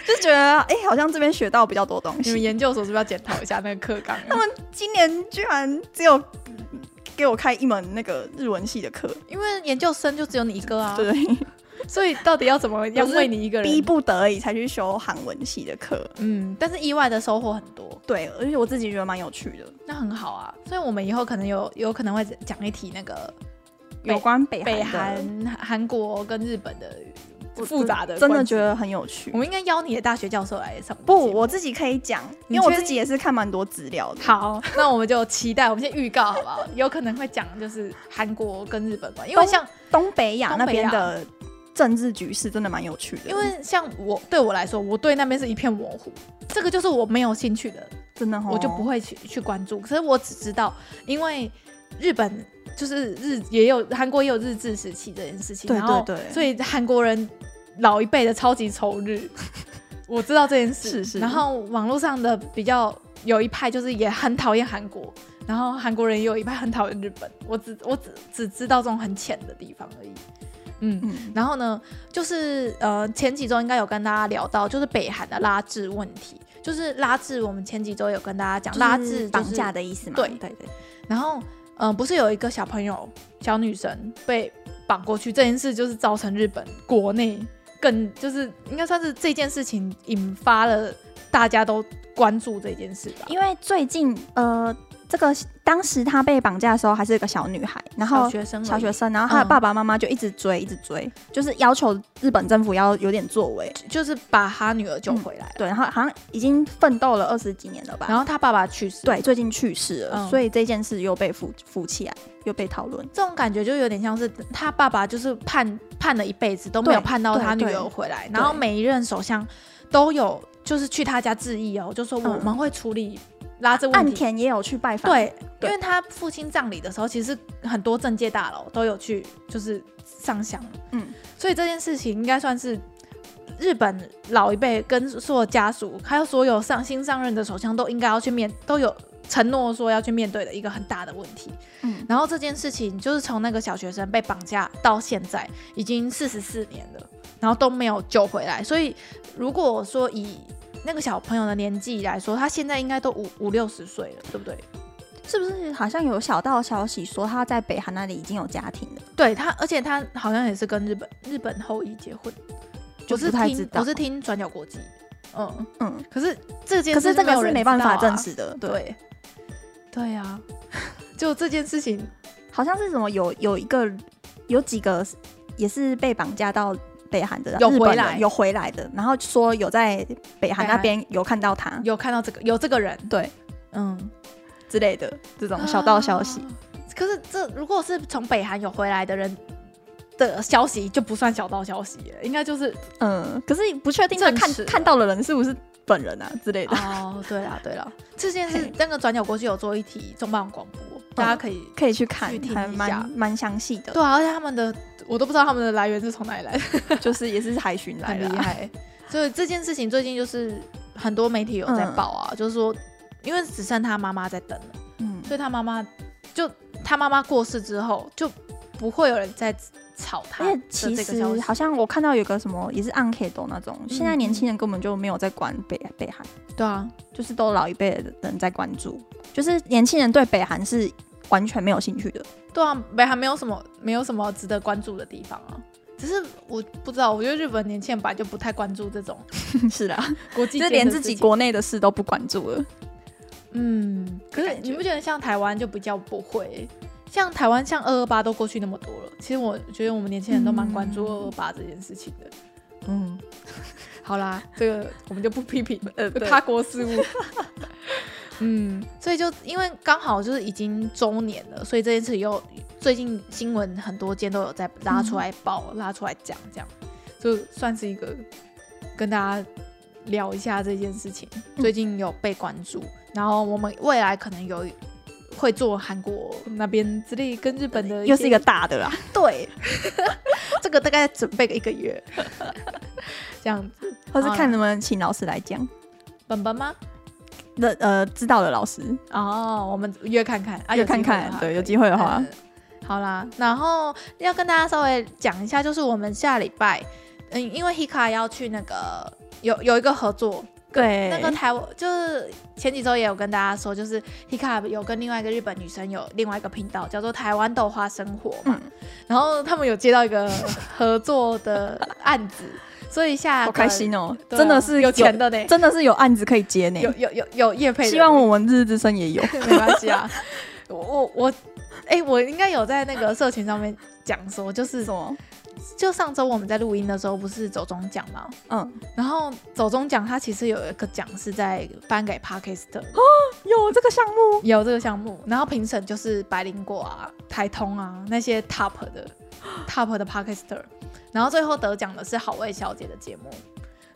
[SPEAKER 2] 就觉得哎、好像这边学到比较多东
[SPEAKER 1] 你们
[SPEAKER 2] 西。
[SPEAKER 1] 研究所是不是要检讨一下那个课
[SPEAKER 2] [LAUGHS]
[SPEAKER 1] 纲？
[SPEAKER 2] 他们今年居然只有嗯给我开一门那个日文系的课，
[SPEAKER 1] 因为研究生就只有你一个啊，
[SPEAKER 2] 对，
[SPEAKER 1] 所以到底要怎么样为你一个
[SPEAKER 2] 逼
[SPEAKER 1] 人？
[SPEAKER 2] 不得已才去修韩文系的课。
[SPEAKER 1] 嗯，但是意外的收获很多，
[SPEAKER 2] 对，而且我自己觉得蛮有趣的，
[SPEAKER 1] 那很好啊。所以我们以后可能有有可能会讲一题那个北
[SPEAKER 2] 有关北
[SPEAKER 1] 北
[SPEAKER 2] 韩的
[SPEAKER 1] 韩、韩国跟日本的
[SPEAKER 2] 我
[SPEAKER 1] 复杂的，
[SPEAKER 2] 真的觉，得很有趣
[SPEAKER 1] 我。们应该邀你的大学教授来上节目。
[SPEAKER 2] 不，我自己可以讲，
[SPEAKER 1] 你
[SPEAKER 2] 因为我
[SPEAKER 1] 确
[SPEAKER 2] 自己
[SPEAKER 1] 定
[SPEAKER 2] 也是看蛮多资料的。
[SPEAKER 1] 好，那我们就期待，我们先预告好不
[SPEAKER 2] [LAUGHS]
[SPEAKER 1] 好？有可能会讲就是韩国跟日本吧，因为像
[SPEAKER 2] 东北亚
[SPEAKER 1] 东
[SPEAKER 2] 那
[SPEAKER 1] 北亚
[SPEAKER 2] 边的政治局势真的蛮有趣的，
[SPEAKER 1] 因为像我对我来说，我对那边是一片模糊，这个就是我没有兴趣的，
[SPEAKER 2] 真的齁
[SPEAKER 1] 我就不会去去关注。可是我只知道，因为日本就是日也有韩国也有日治时期这件事情，
[SPEAKER 2] 对
[SPEAKER 1] 然后
[SPEAKER 2] 对对
[SPEAKER 1] 所以韩国人老一辈的超级仇
[SPEAKER 2] [LAUGHS]
[SPEAKER 1] 日，我知道这件事。
[SPEAKER 2] 是是
[SPEAKER 1] 然后网络上的比较有一派就是也很讨厌韩国，然后韩国人也有一派很讨厌日本。我只我只只知道这种很浅的地方而已。嗯，
[SPEAKER 2] 嗯
[SPEAKER 1] 然后呢，就是呃前几周应该有跟大家聊到，就是北韩的拉致问题，就是拉致，我们前几周有跟大家讲拉致、就是、
[SPEAKER 2] 绑架的意思嘛？
[SPEAKER 1] 对
[SPEAKER 2] 对对，
[SPEAKER 1] 然后，嗯、不是有一个小朋友、小女生被绑过去这件事，就是造成日本国内更就是应该算是这件事情引发了大家都关注这件事吧。
[SPEAKER 2] 因为最近呃，这个当时她被绑架的时候还是个小女孩，然
[SPEAKER 3] 小
[SPEAKER 2] 后
[SPEAKER 3] 学生而已，
[SPEAKER 2] 小学生，然后她的
[SPEAKER 1] 嗯
[SPEAKER 2] 爸爸妈妈就一直追，一直追，就是要求日本政府要有点作为。
[SPEAKER 1] 就是把他女儿救回来了，
[SPEAKER 2] 对，然后好像已经奋斗了二十几年了吧。
[SPEAKER 1] 然后他爸爸去世，，
[SPEAKER 2] 对，最近去世了，
[SPEAKER 1] 嗯
[SPEAKER 2] 所以这件事又被扶扶起来，又被讨论。
[SPEAKER 1] 这种感觉就有点像是他爸爸就是判判了一辈子都没有
[SPEAKER 2] 对
[SPEAKER 1] 判到
[SPEAKER 2] 对
[SPEAKER 1] 他女
[SPEAKER 2] 对
[SPEAKER 1] 儿回来，然后每一任首相都有就是去他家致意哦，就说我
[SPEAKER 2] 嗯
[SPEAKER 1] 们会处理拉这问
[SPEAKER 2] 岸
[SPEAKER 1] 题。
[SPEAKER 2] 田也有去拜访，
[SPEAKER 1] 对，因
[SPEAKER 2] 对
[SPEAKER 1] 为他父亲葬礼的时候，其实很多政界大佬都有去就是上香，
[SPEAKER 2] 嗯，
[SPEAKER 1] 所以这件事情应该算是。日本老一辈跟所有家属，还有所有上新上任的首相，都应该要去面，都有承诺说要去面对的一个很大的问题。
[SPEAKER 2] 嗯，
[SPEAKER 1] 然后这件事情就是从那个小学生被绑架到现在已经四十四年了，然后都没有救回来。所以如果说以那个小朋友的年纪来说，他现在应该都五五六十岁了，对不对？
[SPEAKER 2] 是不是好像有小道消息说他在北韩那里已经有家庭了？
[SPEAKER 1] 对他，而且他好像也是跟日本日本后裔结婚，
[SPEAKER 2] 就
[SPEAKER 1] 我是
[SPEAKER 2] 不太知
[SPEAKER 1] 听
[SPEAKER 2] 道
[SPEAKER 1] 我是听转角国际，嗯，
[SPEAKER 2] 嗯，
[SPEAKER 1] 可是这件
[SPEAKER 2] 可
[SPEAKER 1] 事
[SPEAKER 2] 是这
[SPEAKER 1] 就
[SPEAKER 2] 个
[SPEAKER 1] 有
[SPEAKER 2] 是
[SPEAKER 1] 人
[SPEAKER 2] 没办法
[SPEAKER 1] 知道啊
[SPEAKER 2] 证，实的，对，
[SPEAKER 1] 对，对 [LAUGHS] 啊，就这件事情，
[SPEAKER 2] 好像是什么有有一个有几个也是被绑架到北韩的，
[SPEAKER 1] 有
[SPEAKER 2] 日
[SPEAKER 1] 回
[SPEAKER 2] 本人
[SPEAKER 1] 来
[SPEAKER 2] 有回来的，然后说有在北韩
[SPEAKER 1] 北
[SPEAKER 2] 那
[SPEAKER 1] 韩
[SPEAKER 2] 边有看到他
[SPEAKER 1] 有看到这个有这个人，
[SPEAKER 2] 对
[SPEAKER 1] 嗯，
[SPEAKER 2] 之类的这种小道消息，
[SPEAKER 1] 啊可是这如果是从北韩有回来的人的消息，就不算小道消息耶，应该就是
[SPEAKER 2] 嗯，可是不确定他看
[SPEAKER 1] 证实了
[SPEAKER 2] 看到的人是不是本人啊之类的，
[SPEAKER 1] 哦，对啦对
[SPEAKER 2] [LAUGHS]
[SPEAKER 1] 啦，这件事
[SPEAKER 2] 嘿
[SPEAKER 1] 那个转角国际有做一题重磅广播，大
[SPEAKER 2] 嗯
[SPEAKER 1] 家可以。
[SPEAKER 2] 可以去看
[SPEAKER 1] 去听，一
[SPEAKER 2] 还
[SPEAKER 1] 下
[SPEAKER 2] 蛮蛮详细的，
[SPEAKER 1] 对啊，而且他们的我都不知道他们的来源是从哪里来
[SPEAKER 2] [LAUGHS]
[SPEAKER 1] 的，
[SPEAKER 2] 就是也是海巡来
[SPEAKER 1] 很
[SPEAKER 2] 了
[SPEAKER 1] 厉
[SPEAKER 2] 啊，
[SPEAKER 1] 害。所以这件事情最近就是很多媒体有在
[SPEAKER 2] 嗯
[SPEAKER 1] 报啊，就是说，因为只剩他妈妈在等了，
[SPEAKER 2] 嗯，
[SPEAKER 1] 所以他妈妈就他妈妈过世之后，就不会有人再吵他
[SPEAKER 2] 而
[SPEAKER 1] 的
[SPEAKER 2] 且
[SPEAKER 1] 这
[SPEAKER 2] 哎其
[SPEAKER 1] 个消
[SPEAKER 2] 实
[SPEAKER 1] 息。
[SPEAKER 2] 好像我看到有个什么也是暗 K 斗那种，现在
[SPEAKER 1] 嗯
[SPEAKER 2] 年轻人根本就没有在管北北韩，
[SPEAKER 1] 对啊，
[SPEAKER 2] 就是都老一辈的人在关注，就是年轻人对北韩是完全没有兴
[SPEAKER 1] [LAUGHS]
[SPEAKER 2] 趣的。
[SPEAKER 1] 对啊，北韩没有什么没有什么值得关注的地方啊。只是我不知道，我觉得日本年轻人本来就不太关注这种
[SPEAKER 2] 是啦，
[SPEAKER 1] 国际
[SPEAKER 2] 就
[SPEAKER 1] 间的
[SPEAKER 2] 是连
[SPEAKER 1] 事
[SPEAKER 2] 自己
[SPEAKER 1] 情
[SPEAKER 2] 国内的事都不关注了。
[SPEAKER 1] 嗯，可是
[SPEAKER 2] 感觉
[SPEAKER 1] 你不觉得像台湾就比较不会欸、像台湾像二二八都过去那么多了，其实我觉得我们年轻人都蛮关注二二八这件事情的。
[SPEAKER 2] 嗯，
[SPEAKER 1] 好啦，这个我 [LAUGHS] 们就不批评
[SPEAKER 2] 呃对
[SPEAKER 1] 他国事务。嗯，所以就因为刚好就是已经周年了，所以这件事又最近新闻很多间都有在拉出来报、拉出来讲，这样就算是一个跟大家聊一下这件事情，最近有被关注，然后我们未来可能有会做韩国那边之类跟日本的
[SPEAKER 2] 又是
[SPEAKER 1] 些
[SPEAKER 2] 一个大的啦。
[SPEAKER 1] 对， [LAUGHS] 这个大概准备个一个月， [LAUGHS] 这样子，
[SPEAKER 2] 或是看能不能请老师来讲，
[SPEAKER 1] 本本吗？
[SPEAKER 2] 的呃知道的老师，
[SPEAKER 1] 哦，我们约看看啊，
[SPEAKER 2] 约
[SPEAKER 1] 有机会的
[SPEAKER 2] 看看
[SPEAKER 1] 话
[SPEAKER 2] 对
[SPEAKER 1] 可
[SPEAKER 2] 有
[SPEAKER 1] 以
[SPEAKER 2] 机会的话
[SPEAKER 1] 嗯好啦，然后要跟大家稍微讲一下，就是我们下礼拜，嗯，因为 Hika 要去那个有有一个合作，
[SPEAKER 2] 对
[SPEAKER 1] 那个台湾就是前几周也有跟大家说，就是 Hika 有跟另外一个日本女生有另外一个频道叫做台湾豆花生活嘛，
[SPEAKER 2] 嗯
[SPEAKER 1] 然后他们有接到一个合作的案子，所以下个
[SPEAKER 2] 好开，心哦，
[SPEAKER 1] 对啊
[SPEAKER 2] 真的是
[SPEAKER 1] 有钱，的呢，
[SPEAKER 2] 真的是有案子可以接呢。
[SPEAKER 1] 有有有有叶配的呢，
[SPEAKER 2] 希望我们日日之声也有。
[SPEAKER 1] 没关系啊，我我我，哎、我应该有在那个社群上面讲说， [LAUGHS] 就是
[SPEAKER 2] 什么？
[SPEAKER 1] 就上周我们在录音的时候，不是走中奖嘛，
[SPEAKER 2] 嗯，
[SPEAKER 1] 然后走中奖它其实有一个奖是在颁给 Parkist
[SPEAKER 2] 有这个项目，
[SPEAKER 1] 有这个项目，然后评审就是百灵果啊、台通啊那些 top 的 top 的 Parkister，然后最后得奖的是好味小姐的节目，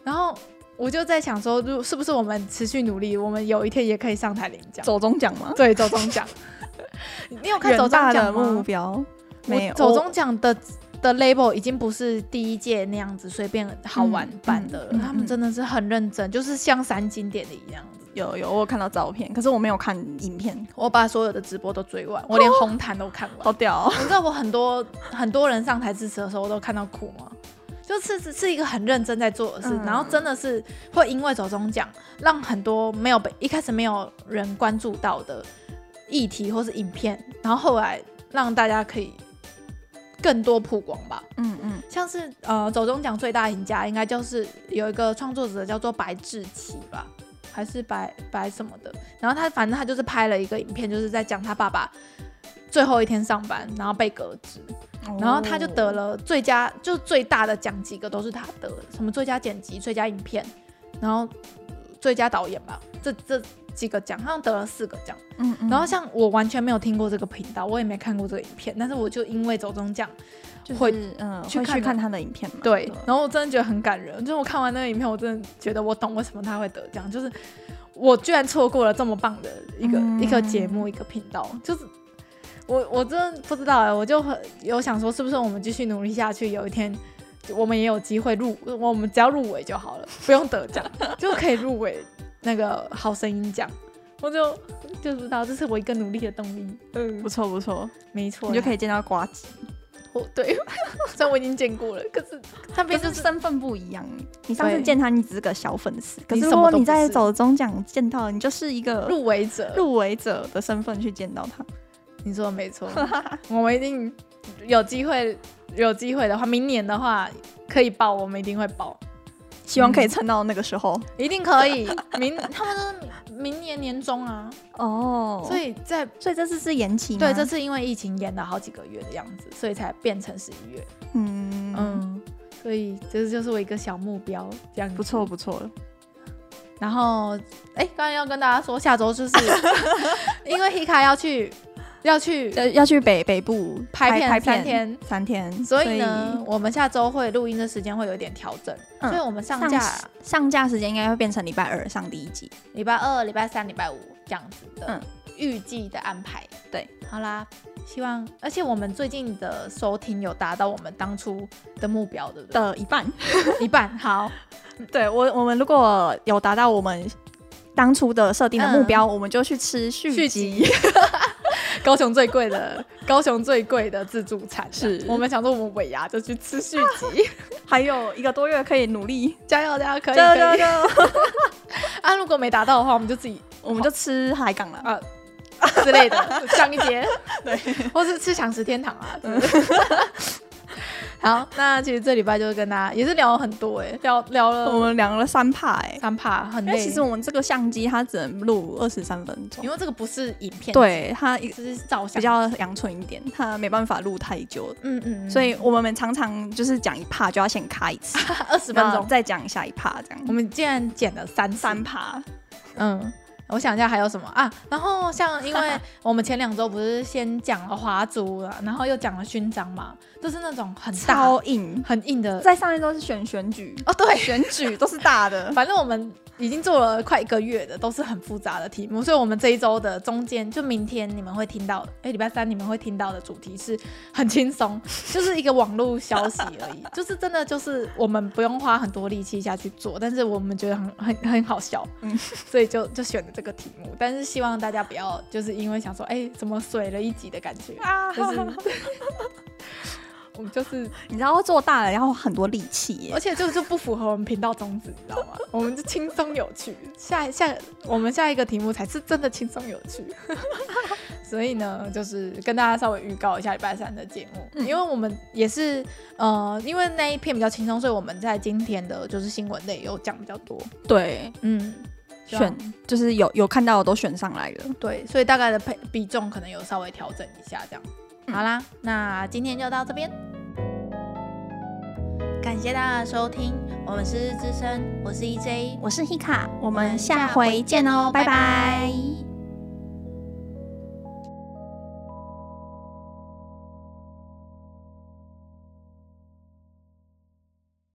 [SPEAKER 1] 然后。我就在想说，如是不是我们持续努力，我们有一天也可以上台领奖？
[SPEAKER 2] 走中奖
[SPEAKER 1] [LAUGHS]
[SPEAKER 2] 吗？
[SPEAKER 1] 对，走中奖。你有看走
[SPEAKER 2] 远大
[SPEAKER 1] 中
[SPEAKER 2] 的
[SPEAKER 1] 奖
[SPEAKER 2] 目
[SPEAKER 1] 吗？
[SPEAKER 2] 标
[SPEAKER 1] 我
[SPEAKER 2] 没有。
[SPEAKER 1] 走中奖的的 label 已经不是第一届那样子随便好玩办的了，
[SPEAKER 2] 嗯嗯嗯
[SPEAKER 1] 他们真的是很认真，就是像三经典的一样子。
[SPEAKER 2] 有有，我有看到照片，可是我没有看影片，
[SPEAKER 1] 我把所有的直播都追完，我连红毯都看完。
[SPEAKER 2] 哦好屌、哦！
[SPEAKER 1] 你知道我很多很多人上台致辞的时候，我都看到哭吗？就是是是一个很认真在做的事，
[SPEAKER 2] 嗯
[SPEAKER 1] 然后真的是会因为走中奖，让很多没有被一开始没有人关注到的议题或是影片，然后后来让大家可以更多曝光吧。
[SPEAKER 2] 嗯嗯，
[SPEAKER 1] 像是呃，走中奖最大赢家应该就是有一个创作者叫做白志奇吧，还是白白什么的。然后他反正他就是拍了一个影片，就是在讲他爸爸最后一天上班，然后被革职，
[SPEAKER 2] 哦
[SPEAKER 1] 然后他就得了最佳，就最大的奖几个都是他得，什么最佳剪辑、最佳影片，然后最佳导演吧，这这几个奖好像得了四个奖。
[SPEAKER 2] 嗯，嗯
[SPEAKER 1] 然后像我完全没有听过这个频道，我也没看过这个影片，但是我就因为走中奖，
[SPEAKER 2] 就是
[SPEAKER 1] 会
[SPEAKER 2] 嗯
[SPEAKER 1] 去
[SPEAKER 2] 会
[SPEAKER 1] 看
[SPEAKER 2] 去
[SPEAKER 1] 的
[SPEAKER 2] 看他的影片嘛？嗯
[SPEAKER 1] 对，然后我真的觉得很感人。就是我看完那个影片，我真的觉得我懂为什么他会得奖，就是我居然错过了这么棒的一个、
[SPEAKER 2] 嗯
[SPEAKER 1] 一个节目一个频道，就是我我真的不知道哎、我就很有想说，是不是我们继续努力下去，有一天。我们也有机会入，我们只要入围就好了，不用得奖就可以入围那个好声音奖。我就就知道这是我一个努力的动力。嗯
[SPEAKER 2] 不，错不错，
[SPEAKER 1] 没错，
[SPEAKER 2] 你就可
[SPEAKER 1] 以。
[SPEAKER 2] 以见到瓜子，
[SPEAKER 1] 我对， [LAUGHS] 虽然我已经见过了，可是那边就
[SPEAKER 2] 就
[SPEAKER 1] 是是
[SPEAKER 2] 身份不一样。你上次
[SPEAKER 1] 对
[SPEAKER 2] 见他，你只是个小粉丝，可
[SPEAKER 1] 你
[SPEAKER 2] 是
[SPEAKER 1] 什
[SPEAKER 2] 如
[SPEAKER 1] 么
[SPEAKER 2] 果
[SPEAKER 1] 都
[SPEAKER 2] 你
[SPEAKER 1] 不
[SPEAKER 2] 在
[SPEAKER 1] 是
[SPEAKER 2] 走中奖见到，你就是一个
[SPEAKER 1] 入围者，
[SPEAKER 2] 入围者的身份去见到他。
[SPEAKER 1] 你说的没
[SPEAKER 2] [LAUGHS]
[SPEAKER 1] 错，我们一定有机会，有机会的话，明年的话可以报，我们一定会报，
[SPEAKER 2] 希望可以撑到那个时候。
[SPEAKER 1] 一定可
[SPEAKER 2] [LAUGHS]
[SPEAKER 1] 以。明他们都是明年年中啊，
[SPEAKER 2] 哦
[SPEAKER 1] 所以在
[SPEAKER 2] 所以这次是延期吗？
[SPEAKER 1] 对这次因为疫情延了好几个月的样子，所以才变成十一月。
[SPEAKER 2] 嗯嗯，
[SPEAKER 1] 嗯，所以这就是我一个小目标，这样子
[SPEAKER 2] 不错。不错了。
[SPEAKER 1] 然后，哎，刚才要跟大家说，下周就是
[SPEAKER 2] [LAUGHS]
[SPEAKER 1] 因为 Hika 要去要去
[SPEAKER 2] 呃，要去北北部
[SPEAKER 1] 拍片
[SPEAKER 2] 拍
[SPEAKER 1] 三天。
[SPEAKER 2] 三天，
[SPEAKER 1] 所以呢，我们下周会录音的时间会有点调整，
[SPEAKER 2] 嗯
[SPEAKER 1] 所以我们上
[SPEAKER 2] 上
[SPEAKER 1] 架
[SPEAKER 2] 架上架时间应该会变成礼拜二上第一集。
[SPEAKER 1] 礼拜二、礼拜三、礼拜五这样子的
[SPEAKER 2] 嗯
[SPEAKER 1] 预计的安排。
[SPEAKER 2] 对，
[SPEAKER 1] 好啦，希望而且我们最近的收听有达到我们当初的目标，对不对？
[SPEAKER 2] 的一半，
[SPEAKER 1] 一半好，
[SPEAKER 2] 对我我们如果有达到我们当初的设定的目标，我们就去吃嗯续
[SPEAKER 1] 续集高雄最贵的高雄最贵的自助餐
[SPEAKER 2] 是
[SPEAKER 1] 我们想说我们尾牙就去吃续 [LAUGHS] 集，
[SPEAKER 2] 还有一个多月可以努力，
[SPEAKER 1] 加油加油可以
[SPEAKER 2] 对
[SPEAKER 1] 可
[SPEAKER 2] 对
[SPEAKER 1] 以
[SPEAKER 2] 对， [LAUGHS]
[SPEAKER 1] 啊！如果没达到的话，我们就自己
[SPEAKER 2] 我们就吃海港了。
[SPEAKER 1] [LAUGHS] 啊之类的上一节，
[SPEAKER 2] 对，
[SPEAKER 1] 或是吃享食天堂啊。对不对 [LAUGHS] 好，那其实这礼拜就是跟大家也是聊了很多哎、聊聊了
[SPEAKER 2] 我们聊了三趴哎，
[SPEAKER 1] 三趴很
[SPEAKER 2] 因
[SPEAKER 1] 累，
[SPEAKER 2] 为其实我们这个相机它只能录二十三分钟
[SPEAKER 1] 因，为这个不是影片，，
[SPEAKER 2] 对它一
[SPEAKER 1] 这是照相
[SPEAKER 2] 比，较阳春一点，它没办法录太久，
[SPEAKER 1] 嗯嗯，嗯
[SPEAKER 2] 所以我们常常就是讲一趴就要先卡一次，
[SPEAKER 1] 二十分
[SPEAKER 2] 然后
[SPEAKER 1] 钟，
[SPEAKER 2] 再讲下一趴这样
[SPEAKER 1] 我。们竟然剪了三次
[SPEAKER 2] 三，趴，
[SPEAKER 1] 嗯。我想一下还有什么啊？然后像因为我们前两周不是先讲了华族啊，然后又讲了勋章嘛，就是那种很大
[SPEAKER 2] 超硬。
[SPEAKER 1] 很硬的
[SPEAKER 2] 在上一周是选选举，
[SPEAKER 1] 哦，对，，
[SPEAKER 2] 选举都是大的 [LAUGHS]
[SPEAKER 1] 反正我们已经做了快一个月的，都是很复杂的题目，所以我们这一周的中间，就明天你们会听到，哎，礼拜三你们会听到的主题是很轻松，就是一个网络消息而已， [LAUGHS] 就是真的就是我们不用花很多力气下去做，但是我们觉得很很很好笑，
[SPEAKER 2] 嗯
[SPEAKER 1] 所以就就选了这个题目，但是希望大家不要就是因为想说，哎，怎么水了一集的感觉，
[SPEAKER 2] 啊
[SPEAKER 1] 就是我们就是
[SPEAKER 2] 你知道做大了要很多力气耶
[SPEAKER 1] 而。且这个就不符合我们频道宗旨，你知道吗？我们就轻松有趣，下下我们下一个题目才是真的轻松有趣。 [LAUGHS] 所以呢，就是跟大家稍微预告一下礼拜三的节目，因为我们也是呃，因为那一篇比较轻松，所以我们在今天的就是新闻类有讲比较多，
[SPEAKER 2] 对，
[SPEAKER 1] 嗯，希望
[SPEAKER 2] 选就是有有看到的都选上来了。
[SPEAKER 1] 对，所以大概的配比重可能有稍微调整一下，这样。
[SPEAKER 2] 嗯
[SPEAKER 1] 好啦，那今天就到这边，感谢大家的收听，我们是日之声，我是 EJ，
[SPEAKER 2] 我是 Hika，我
[SPEAKER 1] 们
[SPEAKER 2] 们
[SPEAKER 1] 下
[SPEAKER 2] 下
[SPEAKER 1] 回
[SPEAKER 2] 回见哦，
[SPEAKER 1] 拜
[SPEAKER 2] 拜
[SPEAKER 1] 拜
[SPEAKER 2] 拜